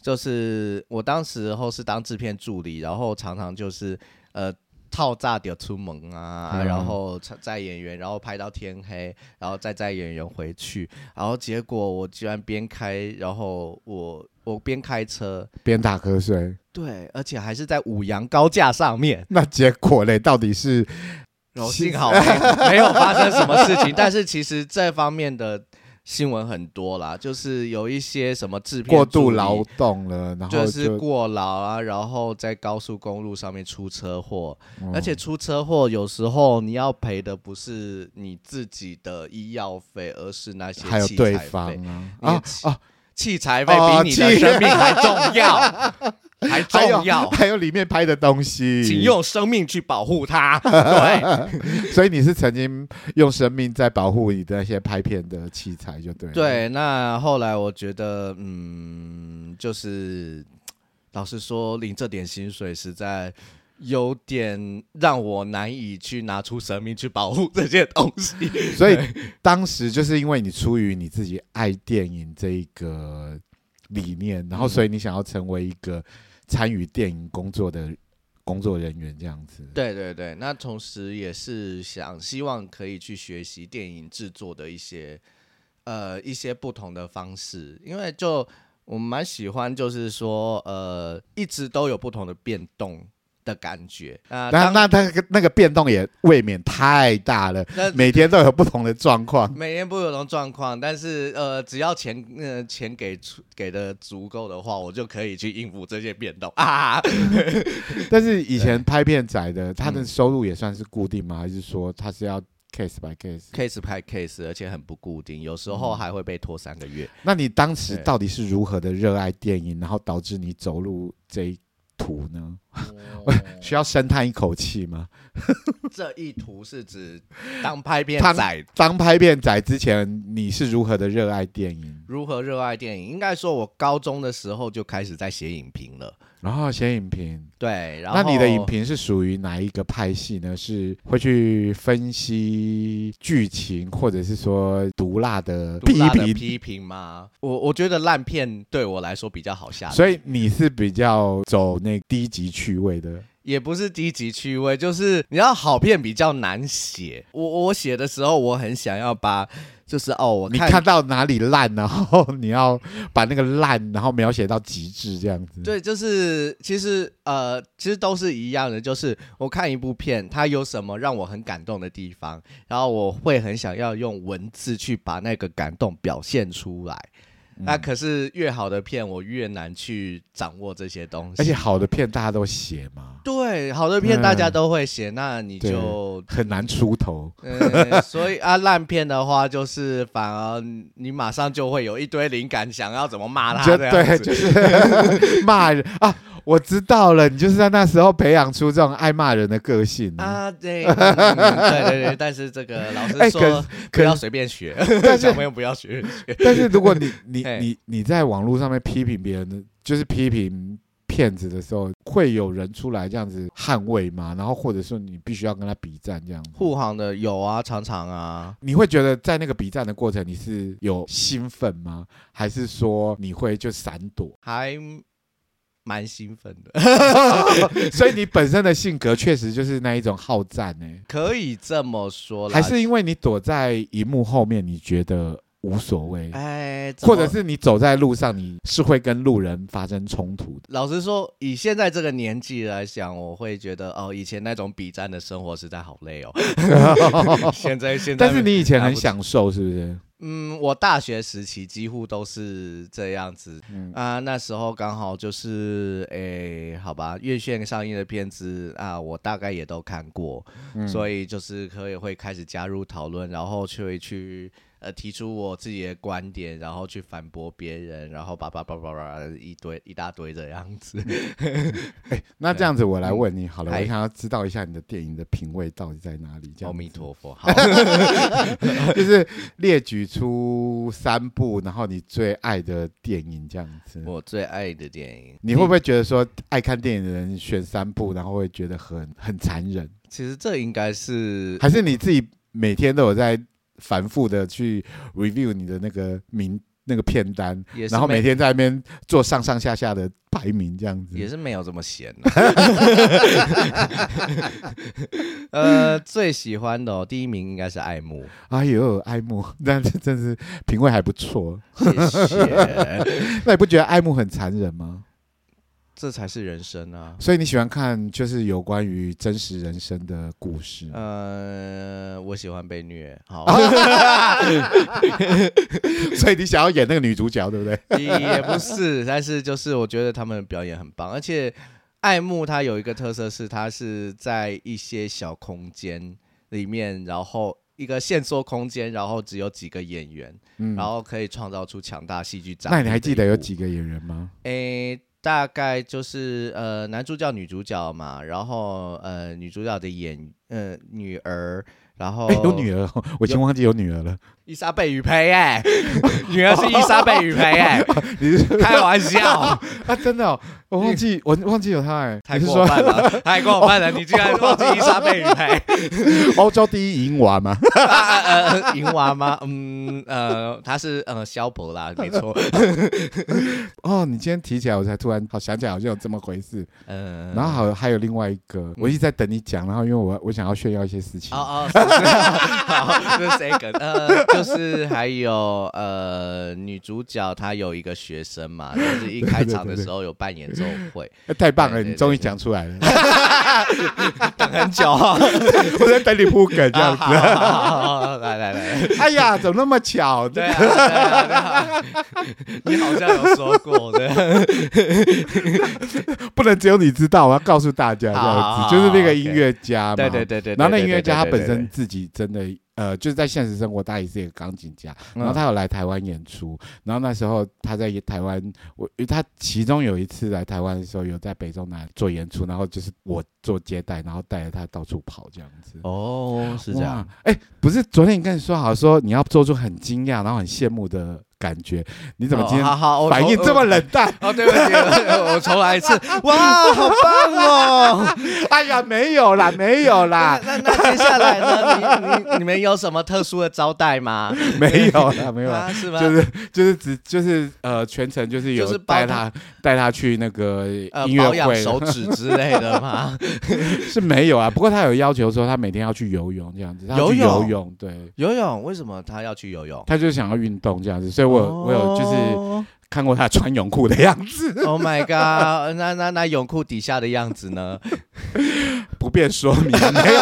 就是我当时候是当制片助理，然后常常就是呃。套炸掉出门啊，
嗯
然后在演员，然后拍到天黑，然后再载演员回去，然后结果我居然边开，然后我我边开车，
边打瞌睡，
对，而且还是在五羊高架上面，
那结果嘞，到底是
哦，幸好 没没有发生什么事 情，但是其实这方面的新闻很多啦，就是有一些什么制片
过
助
度
理
劳动了，然后
就是过劳啊，然后在高速公路上面出车祸，
嗯
而且出车祸有时候你要赔的不是你自己的医药费，而是那些
还有
器材
对
费
方啊
你的
啊
器
啊，
器材费
哦
比你的
器
生命还 重要，还
还有
重要，
还有里面拍的东西，
请。用生命去保护 它。对。
所以你是曾经用生命在保护你的那些拍片的器材，就对了。
对，那后来我觉得，嗯，就是老实说，领这点薪水实在有点让我难以去拿出生命去保护这些东西。
所以当时就是因为你出于你自己爱电影这一个理念，
嗯
然后所以你想要成为一个参与电影工作的工作人员这样子。
对对对，那同时也是想希望可以去学习电影制作的一些呃一些不同的方式，因为就我蛮喜欢，就是说呃一直都有不同的变动的感觉啊。
那
当
那他那个变动也未免太大了，
那
每天都有不同的状 况。
每年不有种状况，但是呃，只要钱呃钱给出给的足够的话，我就可以去应付这些变动 啊。
但是以前拍片仔的，他的收入也算是固定吗？还是说他是要 case by case？
case 拍 case，而且很不固定，有时候还会被拖三个月。
那你当时
对
到底是如何的热爱电影，然后导致你走入这一途呢？ 需要深叹一口气吗？
哦这一图是指当拍片
他
仔
当拍片仔之前，你是如何的热爱电影？
如何热爱电影？应该说，我高中的时候就开始在写影评了。
然后写影评，
对，然后
那你的影评是属于哪一个派系呢？是会去分析剧情，或者是说毒辣的
毒
批
辣的
评？
批评吗？我我觉得烂片对我来说比较好下手
所以你是比较走那低级趣味的。
也不是低级趣味，就是你要好片比较难写。我我写的时候，我很想要把，就是哦，我
你
看
看到哪里烂，然后你要把那个烂，然后描写到极致这样子。，
对，就是其实呃，其实都是一样的，就是我看一部片，它有什么让我很感动的地方，然后我会很想要用文字去把那个感动表现出来。
嗯
那可是越好的片，我越难去掌握这些东西。
而且哎好的片大家都写嘛，
对好的片大家
嗯
都会写，那你
对
就
很难出头。
嗯，所以啊，烂片的话，就是反而你马上就会有一堆灵感，想要怎么骂他
就
这样
对，
子。
就是 骂人啊！我知道了，你就是在那时候培养出这种爱骂人的个性。
啊，对、嗯对对对，但是这个老师
哎可
说不
可
要随便学，
但
小
是
朋友不要学。
但是如果 你你
嘿
你你在网络上面批评别人的，就是批评骗子的时候，会有人出来这样子捍卫吗？然后或者说你必须要跟他比战这样子。
护航的有啊，常常啊，
你会觉得在那个比战的过程，你是有兴奋吗？还是说你会就闪躲？
还蛮兴奋的，
所以你本身的性格确实就是那一种好战欸呢、
可以这么说啦。
还是因为你躲在荧幕后面，你觉得无所谓，
哎，怎
或
么
者是你走在路上，你是会跟路人发生冲突 的。
老实说，以现在这个年纪来讲，我会觉得哦，以前那种比战的生活实在好累 哦。现在现在，
但是你以前很享受，是不是？
嗯，我大学时期几乎都是这样子
嗯，
啊。那时候刚好就是，诶、好吧，院线上映的片子啊，我大概也都看过，
嗯
所以就是可以会开始加入讨论，然后去去呃提出我自己的观点，然后去反驳别人，然后叭叭叭叭叭一堆一大堆这样子。
那这样子，我来问你好了，
嗨
我想要知道一下你的电影的品味到底在哪里。这
阿
样子
弥 陀佛，好，
就是列举出三部，然后你最爱的电影这样子。
我最爱的电影，
你会不会觉得说，爱看电影的人选三部，然后会觉得很很残忍？
其实这应该是
还是你自己每天都有在反复的去 review 你的那个名那个片单，
也是
然后
没
每天在那边做上上下下的排名这样子。
也是没有这么闲、啊。 呃，最喜欢的、哦、第一名应该是爱慕，
哎呦，爱慕， 那这真是品味还不错。
谢谢，
那你不觉得爱慕很残忍吗？
这才是人生啊。
所以你喜欢看就是有关于真实人生的故事。
呃，我喜欢被虐，好，
所以你想要演那个女主角，对不对？
也也不是，但是就是我觉得他们的表演很棒，而且爱慕它有一个特色是，它是在一些小空间里面，然后一个限缩空间，然后只有几个演员，
嗯
然。后可以创造出强大戏剧张力。
那你还记得有？几个演员吗？
诶，大概就是呃，男主角、女主角嘛，然后呃，女主角的演呃女儿，然后
哎， 有女儿哦，我已经忘记有女儿了。
伊莎贝雨培哎，女儿是伊莎贝雨培哎，
哦你是
开 玩笑，
啊，真的哦，我忘记我忘记有她哎。
太
你是
过
说
分了，太过分了，你竟然忘记伊莎贝雨培。
欧洲第一银娃吗？
啊啊呃，银娃吗？嗯，呃，他是呃萧伯啦，没错。
哦，你今天提起来，我才突然好想起来，好像有这么回事。
嗯，
然后好还有另外一个，我一直在等你讲，然后因为我我想要炫耀一些事情。
哦哦，是是好，这是谁梗？呃，就是还有呃，女主角她有一个学生嘛，就是一开场的时候有办演奏会，
哎太棒了，
对对
你
对
终于讲出来了，
等很久哦。
我在等你铺梗这
啊
样
好，好好好好好来来来，
子。哎呀，怎么那么巧？
对啊，对啊，对啊你好像有说过的，
不能只有你知道，我要告诉大家这
好好
样
好
子，就是那个音乐家嘛。
对对对对。
然后那音乐家他本
对
身自己真的呃，就是在现实生活他也是一个钢琴家，
嗯
然后他有来台湾演出，然后那时候他在台湾，我他其中有一次来台湾的时候有在北中南做演出，然后就是我做接待，然后带着他到处跑这样子。
哦，是这样
哇。，哎、不是，昨天你跟你说好说你要做出很惊讶，然后很羡慕的感觉，你怎么今
哦好
天
好我
反应
我
这么冷淡？
哦，对不起，我我重来一次。哇，好棒哦！
哎呀，没有啦，没有 啦，
那那接下来呢？你你你们有什么特殊的招待吗？
没有啦，没有啦
啊，。是吗？
就是就是只就是呃，全程就是
就
有
是包
带他带他去那个
呃，
音乐
保养 手
会，
指之类的吗？
是没有啊。不过他有要求说他每天要去游泳这样子，他要去
游泳
游泳，对，
游泳为什么他要去游泳？
他就是想要运动这样子。所以我有我有
哦
就是看过他穿泳裤的样子，
是 Oh my god！那那那泳裤底下的样子呢？
不便说明，啊没有，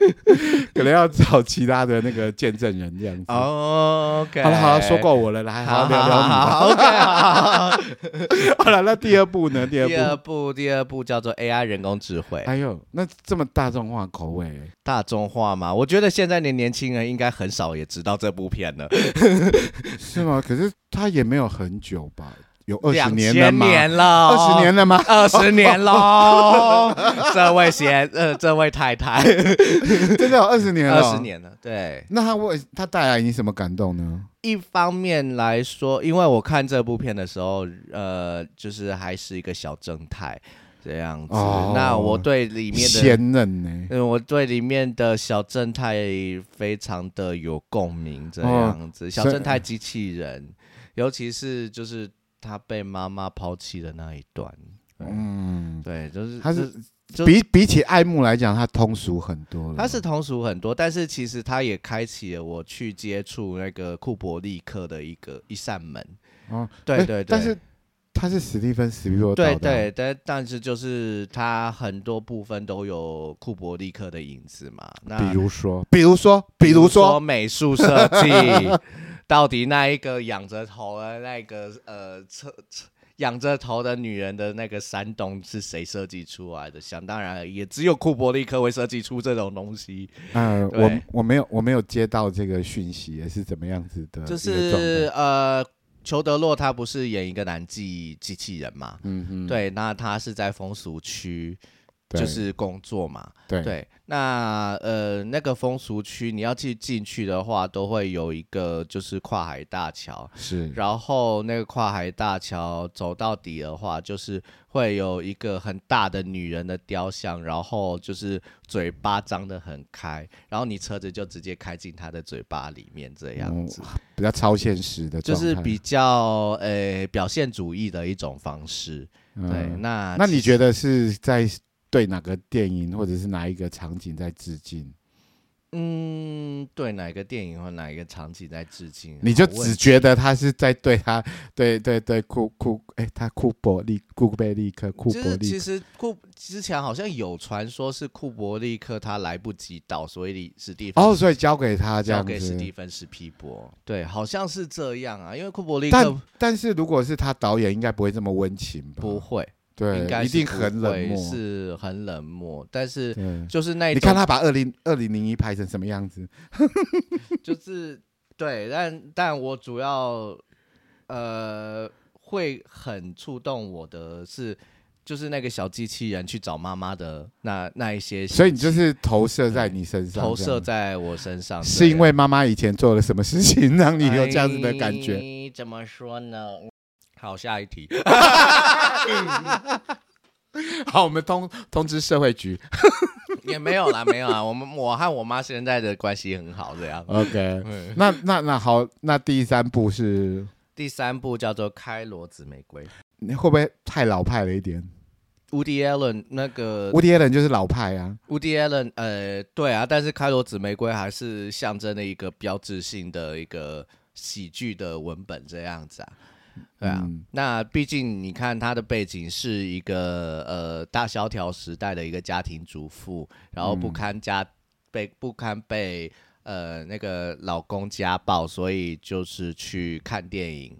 可能要找其他的那个见证人这样子。好
哦，OK。
了好了，说够我了，来好
好
好聊
好好
聊
好，OK，好。
你。 好了，那第二步呢？第二
第二
步，
步，第二步叫做 AI 人工智慧。
哎呦，那这么大众化口味，欸
大众化嘛，我觉得现在的年轻人应该很少也知道这部片了，
是吗？可是他也没有很久吧，有二十
两
年了
千
吗？
年了，
二十年了 吗？
二十年 喽，这位先呃，这位太太，
真的有二十年了。
二十。年了。对，
那他为他带来你什么感动呢？
一方面来说，因为我看这部片的时候，呃，就是还是一个小正太这样子。
哦
那我对里面的，
鲜嫩呢？
嗯，我对里面的小正太非常的有共鸣，这样
哦
子。小正太机器人，尤其是就是他被妈妈抛弃的那一段，
嗯，
对，就是
他是
就
比比起爱慕来讲，他通俗很多了。
它是通俗很多，但是其实它也开启了我去接触那个库伯利克的一个一扇门。
哦，
对
哎
对对
但是他是史蒂芬史蒂夫
对对，但但是就是它很多部分都有库伯利克的影子嘛。那
比如说，比如说，比如说，
美术设计， 到底那一个仰着头的那个呃侧侧仰着头的女人的那个山洞是谁设计出来的？想当然，也只有库伯利克会设计出这种东西。
呃，
对
我我没有我没有接到这个讯息，也是怎么样子的一个
就
状态？
是呃，裘德洛他不是演一个男妓机器人嘛？
嗯哼，
对，那他是在风俗区
对
就是工作嘛。
对
对，那呃那个风俗区你要去进去的话，都会有一个就是跨海大桥。
是
然后那个跨海大桥走到底的话，就是会有一个很大的女人的雕像，然后就是嘴巴张得很开，然后你车子就直接开进她的嘴巴里面这样子。
比较超现实的
就
状态，
是比较呃表现主义的一种方式。
嗯
对，那
那你觉
得？
得是在对哪个电影或者是哪一个场景在致敬？
嗯，对哪个电影或哪一个场景在致敬？
你就
好问
只觉得他是在对他，对对对，库库，哎，他库伯利库贝利克库
就
伯
是
利
其
克，
实库之前好像有传说是库伯利克他来不及到，所以史蒂芬
哦，所以交给他这
交
样
给史蒂
子。
芬史皮博。对，好像是这样啊，因为库伯利
但
克
但是如果是他导演，应该不会这么温情吧？
不会，应
对
该，
一
是
定
不
很冷
会
漠。
是很冷漠，但是
对，
就是那一
你看
种
他把二零二零零一拍成什么样子？
就是对，但但我主要呃会很触动我的是就是那个小机器人去找妈妈的那那一些信息，
所以你就是投射在你身上，
投
这
射
样
在我身上，
是因
对
为妈妈以前做了什么事情让你有这样子的感觉？
哎怎么说呢？好，下一题。
好，我们通通知社会局。
也没有啦，没有啦。我们我和我妈现在的关系很好，这样。
OK，
嗯
那那那好，那第三步是
第三部叫做《开罗紫玫瑰》
你会不会太老派了一点？
，Woody Allen 那个
无敌人就是老派啊。
Woody Allen，呃，对啊，但是《开罗紫玫瑰》还是象征了一个标志性的一个喜剧的文本这样子啊。对啊，
嗯
那毕竟你看他的背景是一个呃大萧条时代的一个家庭主妇，然后不堪家、被不堪被呃那个老公家暴，所以就是去看电影，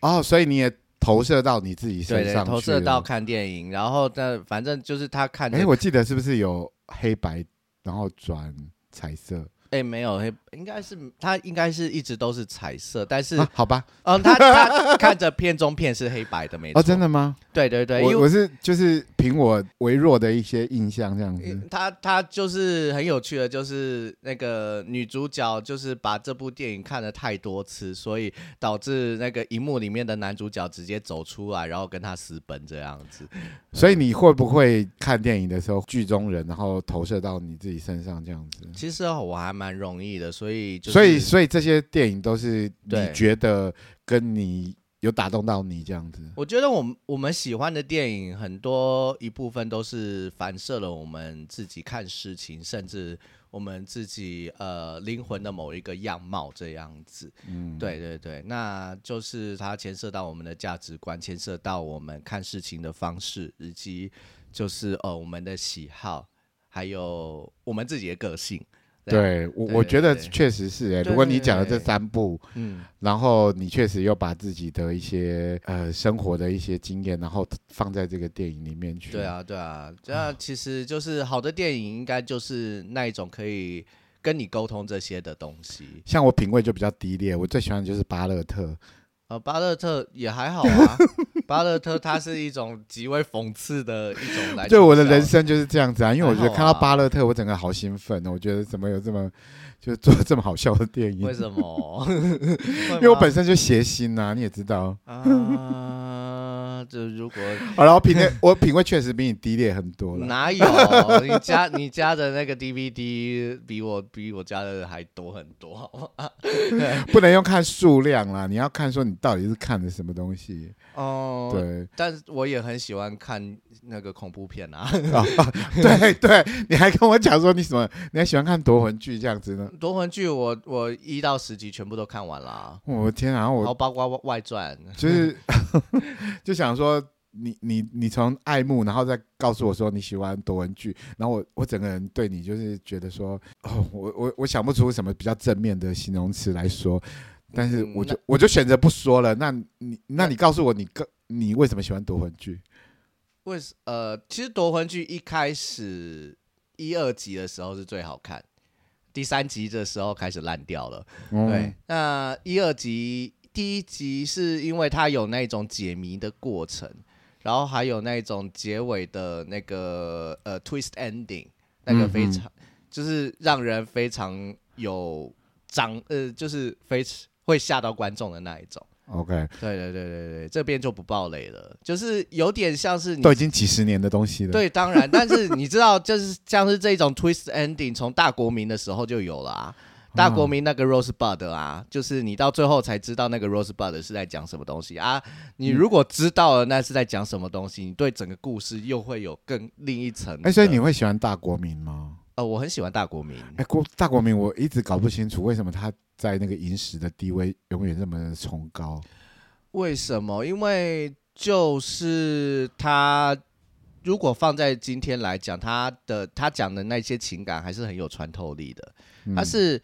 哦，所以你也投射到你自己身
对对，
上
投
去
射
了
到。看电影，然后那反正就是他看着
哎，我记得是不是有黑白，然后转彩色？
哎、没有，嘿应该是他应该是一直都是彩色，但是、
啊，好吧。
嗯，他他看着片中片是黑白的，没错，
哦，真，的吗？
对对对，因为
我我是就是凭我微弱的一些印象这样
因
子。
呃他他就是很有趣的，就是那个女主角就是把这部电影看了太多次，所以导致那个荧幕里面的男主角直接走出来，然后跟他私奔这样子。
所以你会不会看电影的时候剧中人，然后投射到你自己身上这样子？
其实哦我还蛮容易的，所以就是、
所以，所以这些电影都是你
对
觉得跟你有打动到你这样子。
我觉得我们我们喜欢的电影很多一部分都是反射了我们自己看事情，甚至我们自己呃灵魂的某一个样貌这样子。
嗯，
对对对，那就是它牵涉到我们的价值观，牵涉到我们看事情的方式，以及就是呃我们的喜好，还有我们自己的个性。这样，
对我
对
我
对
觉得
对
确实是哎、
对
如果
对
你讲了这
对
三部，
嗯，
然后你确实又把自己的一些呃生活的一些经验，然后放在这个电影里面去。
对，啊，对啊，这样其实就是好的电影，应该就是那一种可以跟你沟通这些的东西。
像我品味就比较低劣，我最喜欢的就是巴勒特。
呃，巴勒特也还好啊，巴勒特它是一种极为讽刺的一种来，
对我的人。生就是这样子啊，因为我觉得
还好啊
看到巴勒特，我整个好兴奋哦！我觉得怎么有这么就是做这么好笑的电影
为？什么？
因为我本
身
身就谐星呐、你也知道。
啊，就如果
好然后品 味我品味确实比你低劣很多了。
哪有你家你家的那个 DVD 比我比我家的还多很多，好吗？
不能用看数量啦，你要看说你到底是看的什么东西。
哦，，
对，
但是我也很喜欢看那个恐怖片啊，
啊，对对，你还跟我讲说你什么，你还喜欢看夺魂剧这样子呢？
夺魂剧我我一到十集全部都看完啦，
我的天啊！然后
然后
我
包括外外传，
就是 就想说你你你从爱慕，然后再告诉我说你喜欢夺魂剧，然后我我整个人对你就是觉得说，哦，我我我想不出什么比较正面的形容词来说，但是
嗯
我就、
那
我就选择不说了。那你那你告诉我你个你为什么喜欢夺魂剧？
为什呃，其实夺魂剧一开始一二集的时候是最好看，第三集的时候开始烂掉了。对
嗯，，
那一二集第一集是因为它有那种解谜的过程，然后还有那种结尾的那个呃 twist ending，那
嗯
个非常、就是让人非常有张呃，就是非会吓到观众的那一种。
，OK，
对对对对对，这边就不爆雷了，就是有点像是你
都已经几十年的东西了。
对，当然，但是你知道，就是像是这种 twist ending，从大国民的时候就有了啊。
嗯
大国民那个 Rosebud 啊，就是你到最后才知道那个 Rosebud 是在讲什么东西啊。
嗯
你如果知道了那是在讲什么东西，你对整个故事又会有更另一层的。
哎、所以你会喜欢大国民吗？
呃，我很喜欢大国民，
哎、国大国民，我一直搞不清楚为什么他在那个影史的地位永远这么崇高。
为什么？因为就是他。如果放在今天来讲，他的他讲的那些情感还是很有穿透力的。
嗯
他是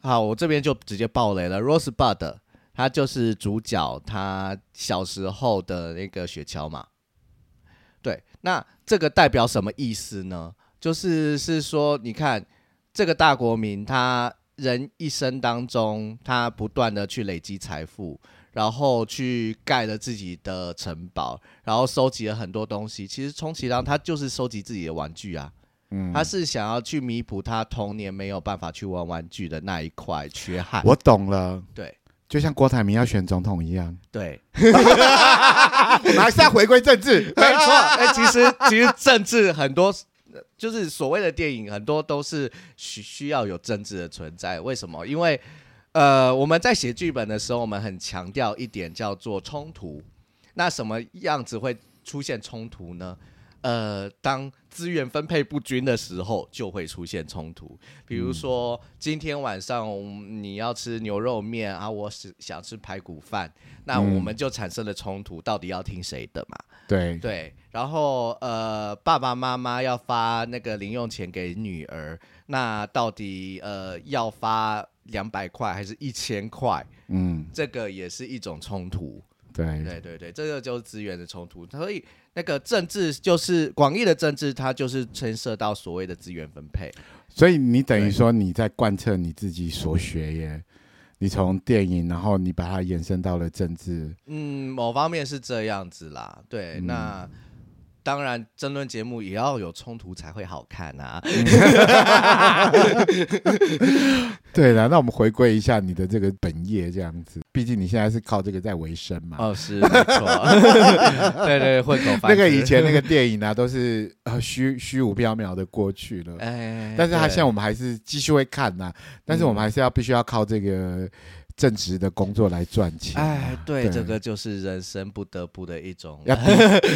好，我这边就直接爆雷了。Rosebud，他就是主角，他小时候的那个雪橇嘛。对，那这个代表什么意思呢？就是是说，你看这个大国民，他人一生当中，他不断的去累积财富，然后去盖了自己的城堡，然后收集了很多东西。其实充其量他就是收集自己的玩具啊，
嗯，
他是想要去弥补他童年没有办法去玩玩具的那一块缺憾。
我懂了，
对
就像郭台铭要选总统一样，
对，
我们还是要回归政治。
没错。哎、其实其实政治很多，呃就是所谓的电影很多都是需需要有政治的存在。为什么？因为呃，我们在写剧本的时候，我们很强调一点叫做冲突。那什么样子会出现冲突呢？呃，当资源分配不均的时候，就会出现冲突。比如说，今天晚上嗯你要吃牛肉面啊，我是想吃排骨饭，那我们就产生了冲突，到底要听谁的嘛？
对，
对，然后呃，爸爸妈妈要发那个零用钱给女儿，那到底呃要发两百块还是一千块？
嗯，
这个也是一种冲突。
对，
对对对，这个就是资源的冲突。所以那个政治就是广义的政治，它就是牵涉到所谓的资源分配。
所以你等于说你在贯彻你自己所学耶，你从电影，然后你把它延伸到了政治，
嗯，某方面是这样子啦。对，那。当然，争论节目也要有冲突才会好看啊！
对了，那我们回归一下你的这个本业，这样子，毕竟你现在是靠这个在维生嘛。
哦，是没 错，对对，混口饭吃。
那个以前那个电影啊，都是呃虚 虚无缥缈的过去了。
哎，
但是它
对嗯
现在我们还是继续会看呐、但是我们还是要必须要靠这个正职的工作来赚钱、啊
哎，对，
对
这个就是人生不得不的一种。
要 低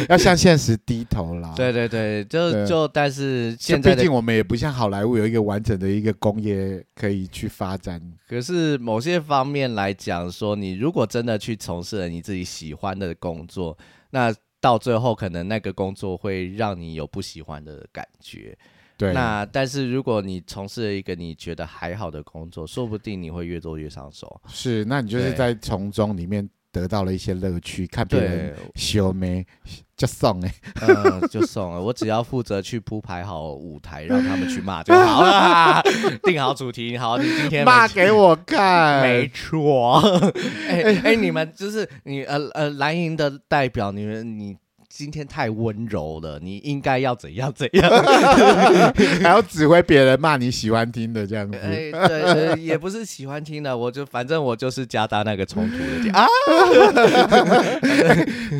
要向现实低头啦。
对对对，就
对
就但是
就
现在
毕
的
竟我们也不像好莱坞有一个完整的一个工业可以去发展。
可是某些方面来讲，说你如果真的去从事了你自己喜欢的工作，那到最后可能那个工作会让你有不喜欢的感觉。
对，
那但是如果你从事了一个你觉得还好的工作，说不定你会越做越上手。
是，那你就是
对
在从中里面得到了一些乐趣，看别人
对，
修眉就送哎，
嗯，就送了。我只要负责去铺排好舞台，让他们去骂就好了。定好主题，好，你今天
骂给我看。
没错。 哎哎、你们就是你呃呃蓝营的代表，你们你今天太温柔了，你应该要怎样怎 样。
还要指挥别人骂你喜欢听的这样子。
哎，对，呃也不是喜欢听的，我就反正我就是加大那个冲突的点 啊。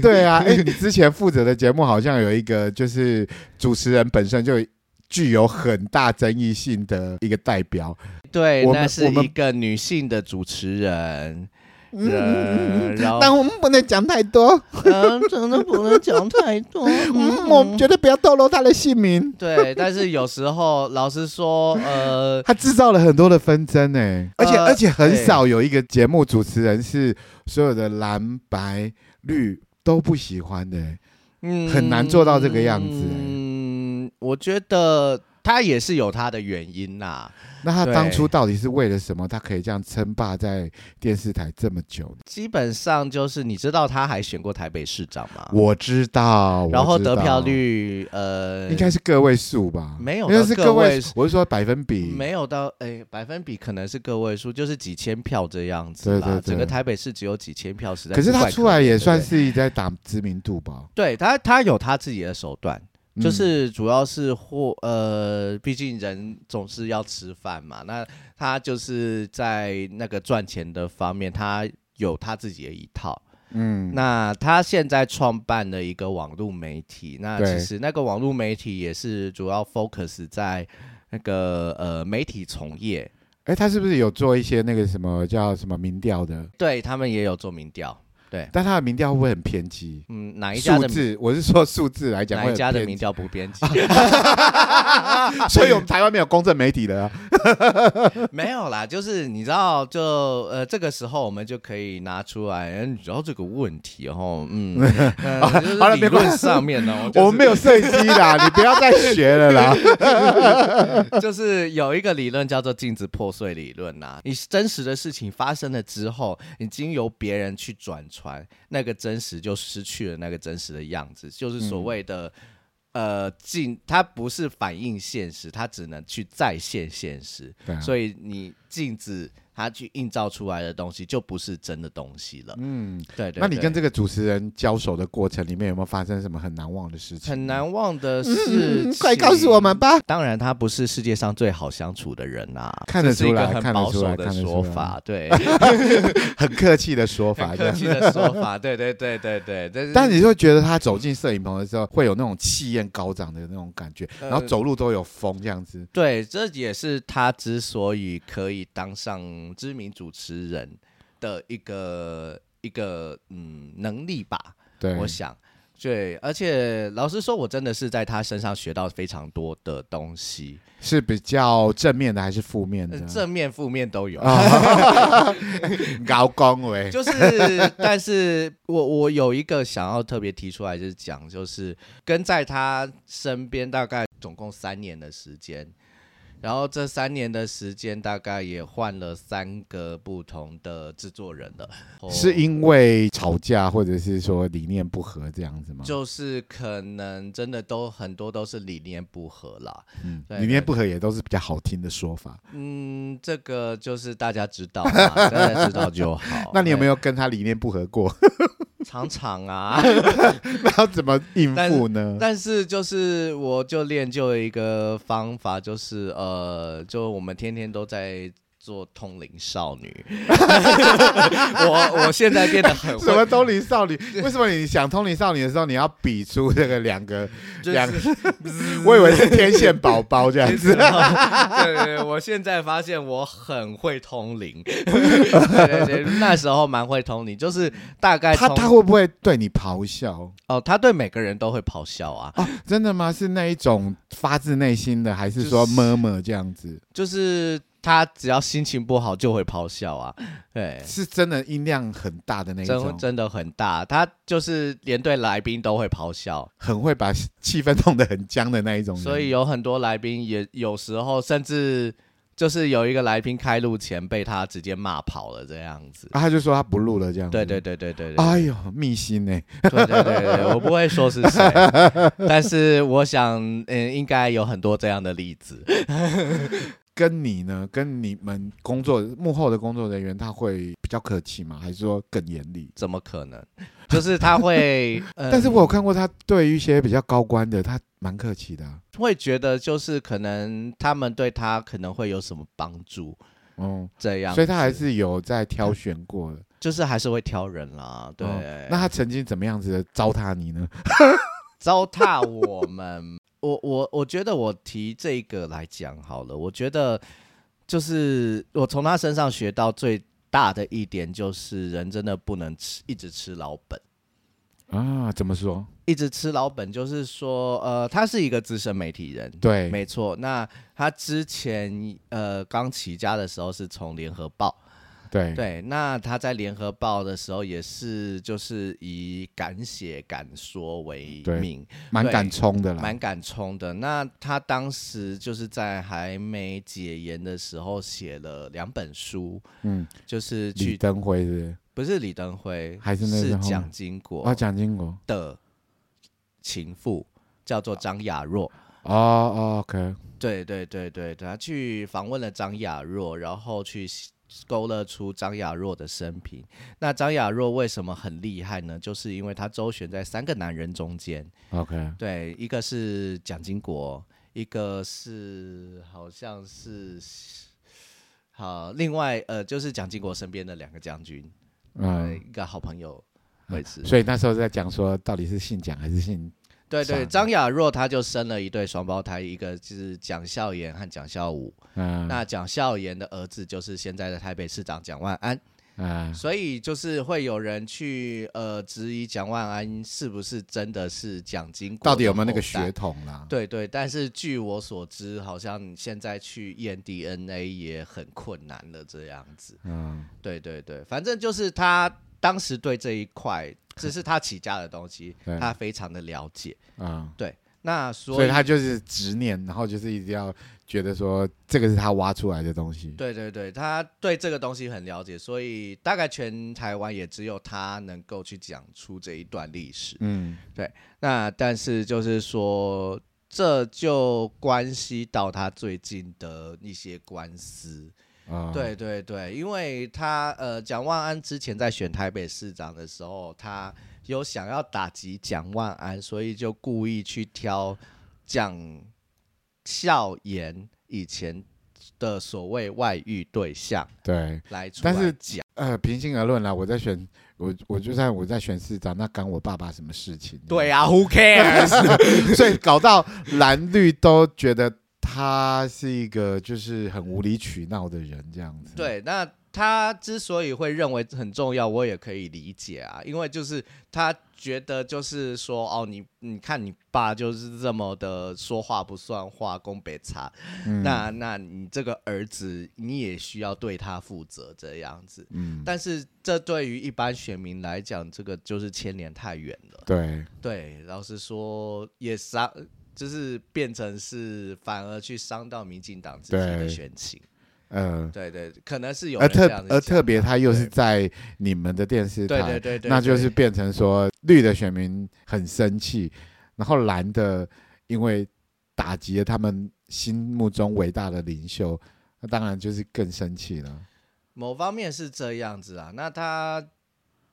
对啊， 哎、你之前负责的节目好像有一个，就是主持人本身就具有很大争议性的一个代表，
对，
我们
那是
我们
一个女性的主持人。
嗯
呃然后
但我们不能讲太多，
嗯，真的不能讲太 多。
嗯，我绝对不要透露他的姓名。
对，但是有时候老实说，呃，
他制造了很多的纷争哎、而且、
呃
而且很少有一个节目主持人是所有的蓝白绿都不喜欢的、哎
嗯，
很难做到这个样子哎
嗯，我觉得他也是有他的原因啦、
那他当初
对
到底是为了什么？他可以这样称霸在电视台这么久？
基本上就是你知道他还选过台北市长吗？
我知道，
啊然后
我知道
得票率呃，
应该是个位数吧？
没有
应该
到
是
个
个位
位
数，我是说百分比。
没有到哎百分比可能是个位数，就是几千票这样子
对
啦。
对对
整个台北市只有几千票，实在
可是他
怪
出来
怜
也
的
算
对
是在打知名度吧？
对他他有他自己的手段。
嗯
就是主要是或呃，毕竟人总是要吃饭嘛。那他就是在那个赚钱的方面，他有他自己的一套。
嗯，
那他现在创办了一个网络媒体，那
对
其实那个网络媒体也是主要 focus 在那个呃媒体从业，
哎，他是不是有做一些那个什么叫什么民调的？
对他们也有做民调。
但他的民调会不会很偏激？
嗯，哪一家
数
的民
字，我是说数字来讲，
哪一家的民
民？
调不编辑？
所以我们台湾没有公正媒体了 啊。
没有啦，就是你知道，就呃，这个时候我们就可以拿出来，嗯你知道这个问题哦， 嗯，呃就是
好了
理
没关
论
系
上面呢，
我们没有摄影机 啦，你不要再学了啦。
啊有， 就是有一个理论叫做镜子破碎理论呐、你真实的事情发生了之后，你经由别人去转传，那个真实就失去了那个真实的样子，就是所谓
嗯
的。呃，镜它不是反映现实，它只能去再现现实。
对啊
所以你镜子它去映照出来的东西，就不是真的东西了。
嗯，
对对
那你跟
对
这个主持人交手的过程里面有没有发生什么很难忘的事情？
很难忘的事、
嗯，快告诉我们。吧。
当然，他不是世界上最好相处的人呐、啊，
看得出来
这是一个
看
很
得
保
出来
守
看
的
得出来
说法，对，
很客气的说法，
很
这
客
样
气的说法，对对对对对，但是
但你就觉得他走进摄影棚的时候，会有那种气焰高涨的那种感觉，
呃
然后走路都有风这样子。
对，这也是他之所以可以当上知名主持人的一个一个嗯能力吧，
对，
我想。对，而且老实说，我真的是在他身上学到非常多的东西，
是比较正面的还是负面
呃
的？啊哎
正面、负面都有。
高恭维，
就是，但是我我有一个想要特别提出来，就是讲，就是跟在他身边大概总共三年的时间，然后这三年的时间大概也换了三个不同的制作人了，哦
是因为吵架或者是说理念不合这样子吗？
哦就是可能真的都很多都是理念不合啦，
嗯
对
理念不合也都是比较好听的说法。
嗯，这个就是大家知道嘛， 大家知道就
。
好
那你有没
有
有跟他理念不合 过？
常 常啊？
那要怎么应
但
付呢？
但是就是我就练就了一个方法，就是呃，就我们天天都在。做通灵少女， 我我现在变得很会
什么通灵少女？为什么你想通灵少女的时候，你要比出这个两 个
就
两
是
个？我以为是天线宝宝这样子。啊
对对对，我现在发现我很会通灵，对对对，那时候蛮会通灵，就是大概
他
从
他会不会对你咆哮？
哦，他对每个人都会咆哮啊，
真的吗？是那一种发自内心的，还是说
就是
么么这样子？
就是他只要心情不好就会咆哮啊， 对，
是真的音量很大的那一
真
种，
真的很大，他就是连对来宾都会咆哮，
很会把气氛弄得很僵的那一种人。
所以有很多来宾也有时候甚至就是有一个来宾开录前被他直接骂跑了这样子。
啊，他就说他不录了这样子。
对对对对对对，
哎呦，密心呢、
对对对对，我不会说是 谁，但是我想，嗯，应该有很多这样的例子。
跟你呢，跟你们工作幕后的工作人员，他会比较客气吗？还是说更严厉？
怎么可能？就是他会， 呃
但是我有看过他对于一些比较高官的，他蛮客气的啊、
会觉得，就是可能他们对他可能会有什么帮助，
嗯，
这样子，
所以他还是有在挑选过的。
就是还是会挑人啦。对，
哦那他曾经怎么样子的糟蹋你呢？
糟蹋我们。 我我我觉得我提这个来讲好了，我觉得就是我从他身上学到最大的一点就是，人真的不能吃一直吃老本。
啊，怎么说？
一直吃老本，就是说，呃，他是一个资深媒体人，
对，
没错。那他之前呃刚起家的时候是从联合报，
对
对，那他在联合报的时候也是就是以敢写敢说为
对
名，
蛮
对
敢冲的啦
蛮。敢冲的。那他当时就是在还没解严的时候写了两本书，
嗯，
就是
李
去
登辉是不是？
不是李登辉，
还是那时
是
候
蒋经国
哦，蒋经国。
的情妇，叫做张雅若。
哦哦，OK，
对对对对，他去访问了张雅若，然后去勾勒出张雅若的生平。那张雅若为什么很厉害呢？就是因为她周旋在三个男人中间，
OK，
对，一个是蒋经国，一个是好像是好，另外呃就是蒋经国身边的两个将军，呃，
嗯，
一个好朋友为止。
所以那时候在讲说到底是姓蒋还是姓
对
傻
对，张雅若她就生了一对双胞胎，一个是蒋孝严和蒋孝武。
嗯
那蒋孝严的儿子就是现在的台北市长蒋万安，
嗯
所以就是会有人去呃质疑蒋万安是不是真的是蒋经国，
到底有没有那个血？统啦？
对对，但是据我所知，好像现在去验 DNA 也很困难了，这样子。
嗯，
对对对，反正就是他当时对这一块，只是他起家的东西
对，
他非常的了解。
嗯，
那所以
所以他就是执念，然后就是一定要觉得说这个是他挖出来的东西。
对对对，他对这个东西很了解，所以大概全台湾也只有他能够去讲出这一段历史。
嗯，
那但是就是说，这就关系到他最近的一些官司，
啊，
对对对，因为他呃，蒋万安之前在选台北市长的时候，他有想要打击蒋万安，所以就故意去挑蒋孝严以前的所谓外遇对象
对，
来出
但是
来讲。
呃，平心而论啦，我在选我我就算我在选市长，那干我爸爸什么事情？
对啊，Who cares？
所以搞到蓝绿都觉得他是一个就是很无理取闹的人这样子。，
对，那他之所以会认为很重要，我也可以理解啊，因为就是他觉得就是说，哦，你你看你爸就是这么的说话不算话，宫北茶，
嗯
那那你这个儿子你也需要对他负责这样子。
嗯，
但是这对于一般选民来讲，这个就是牵连太远了。
对，
对，老实说也伤，就是变成是反而去伤到民进党自己的
对
选情。
呃，
对对，可能是有
而
人这
特
样子
而
想
特别他又是
对
在你们的电视台，
对对对对，
那就是
对
变成说绿的选民很生气，然后蓝的因为打击了他们心目中伟大的领袖，那当然就是更生气了。
某方面是这样子啊。那他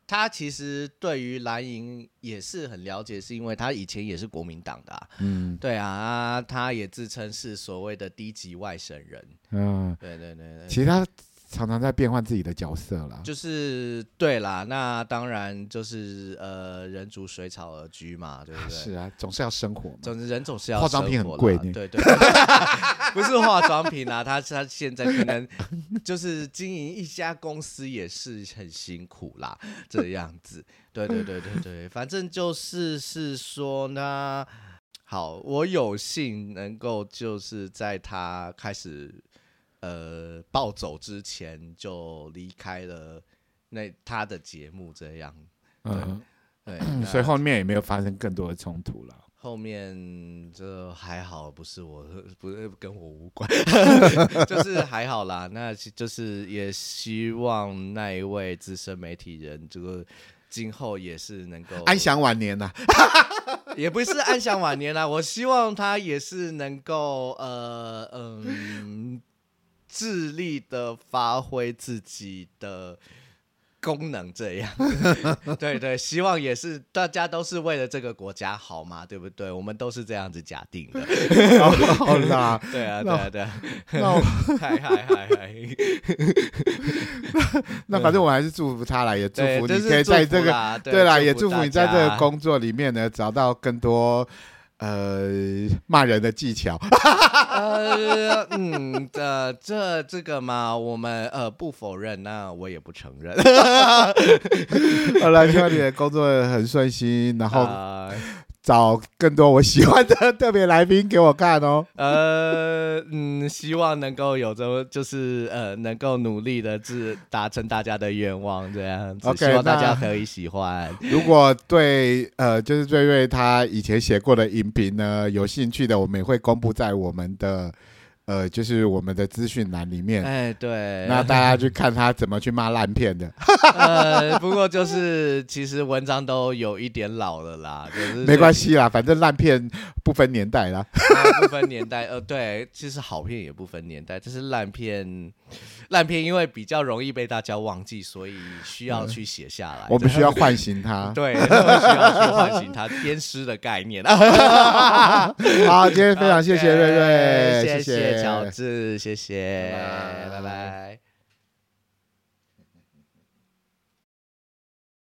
他其实对于蓝营也是很了解，是因为他以前也是国民党的、啊，
嗯
对啊啊，他也自称是所谓的低级外省人，
嗯，
对对对
其
对。
实他常常在变换自己的角色啦。
就是对啦，那当然就是呃，人逐水草而居嘛，对不对？
是啊，总是要生活嘛。
总之，人总是要
化妆品
生活
很贵
啦
呢
对对， 不是化妆品啦， 他他现在可能就是经营一家公司也是很辛苦 啦，这样子。对对对对对，反正就是是说呢，好，我有幸能够就是在他开始呃暴走之前就离开了那他的节目，这样
嗯，
对，啊
嗯
那
所以后面也没有发生更多的冲突了。
后面这还好，不是我，不是跟我无关， 就是还好啦。那其就是也希望那一位资深媒体人，这个今后也是能够
安，享晚年呐、啊
也不是安享晚年啦。我希望他也是能够呃嗯，致力的发挥自己的。功能这样， 对对，希望也是大家都是为了这个国家好嘛，对不对？我们都是这样子假定 的，
好啦，
对啊，对
那
啊，对啊，
那我
嗨嗨嗨嗨，
那反正我还是祝福他啦，也祝
对
福
这
你
是
可以在
祝福
这个
啦
对啦，也祝福
大
你在这
家
个工作里面呢，找到更多呃骂人的技 巧。
呃，嗯的，这这个嘛，我们呃不否认，那我也不承认。
好了，希望你的工作很顺心，然后
啊
找更多我喜欢的特别来宾给我看哦。
呃，嗯，希望能够有这么，就是呃，能够努力的至达成大家的愿望，这样子
OK，
希望大
那
家可以喜欢。
如果对呃，就是瑞瑞他以前写过的影评呢有兴趣的，我们也会公布在我们的呃，就是我们的资讯栏里面。
哎，对，
那大家去看他怎么去骂烂片的，
呃，不过就是其实文章都有一点老了啦， 就是
没关系啦，反正烂片不分年代啦。
它不分年代，呃，对，其实好片也不分年代，但是烂片，烂片因为比较容易被大家忘记，所以需要去写下来。
嗯我们
对
需要唤醒 他。
对，需要去唤醒它 鞭尸的概念。
好，哎今天非常谢谢瑞瑞，
谢
谢
乔治，谢谢，
拜拜
拜拜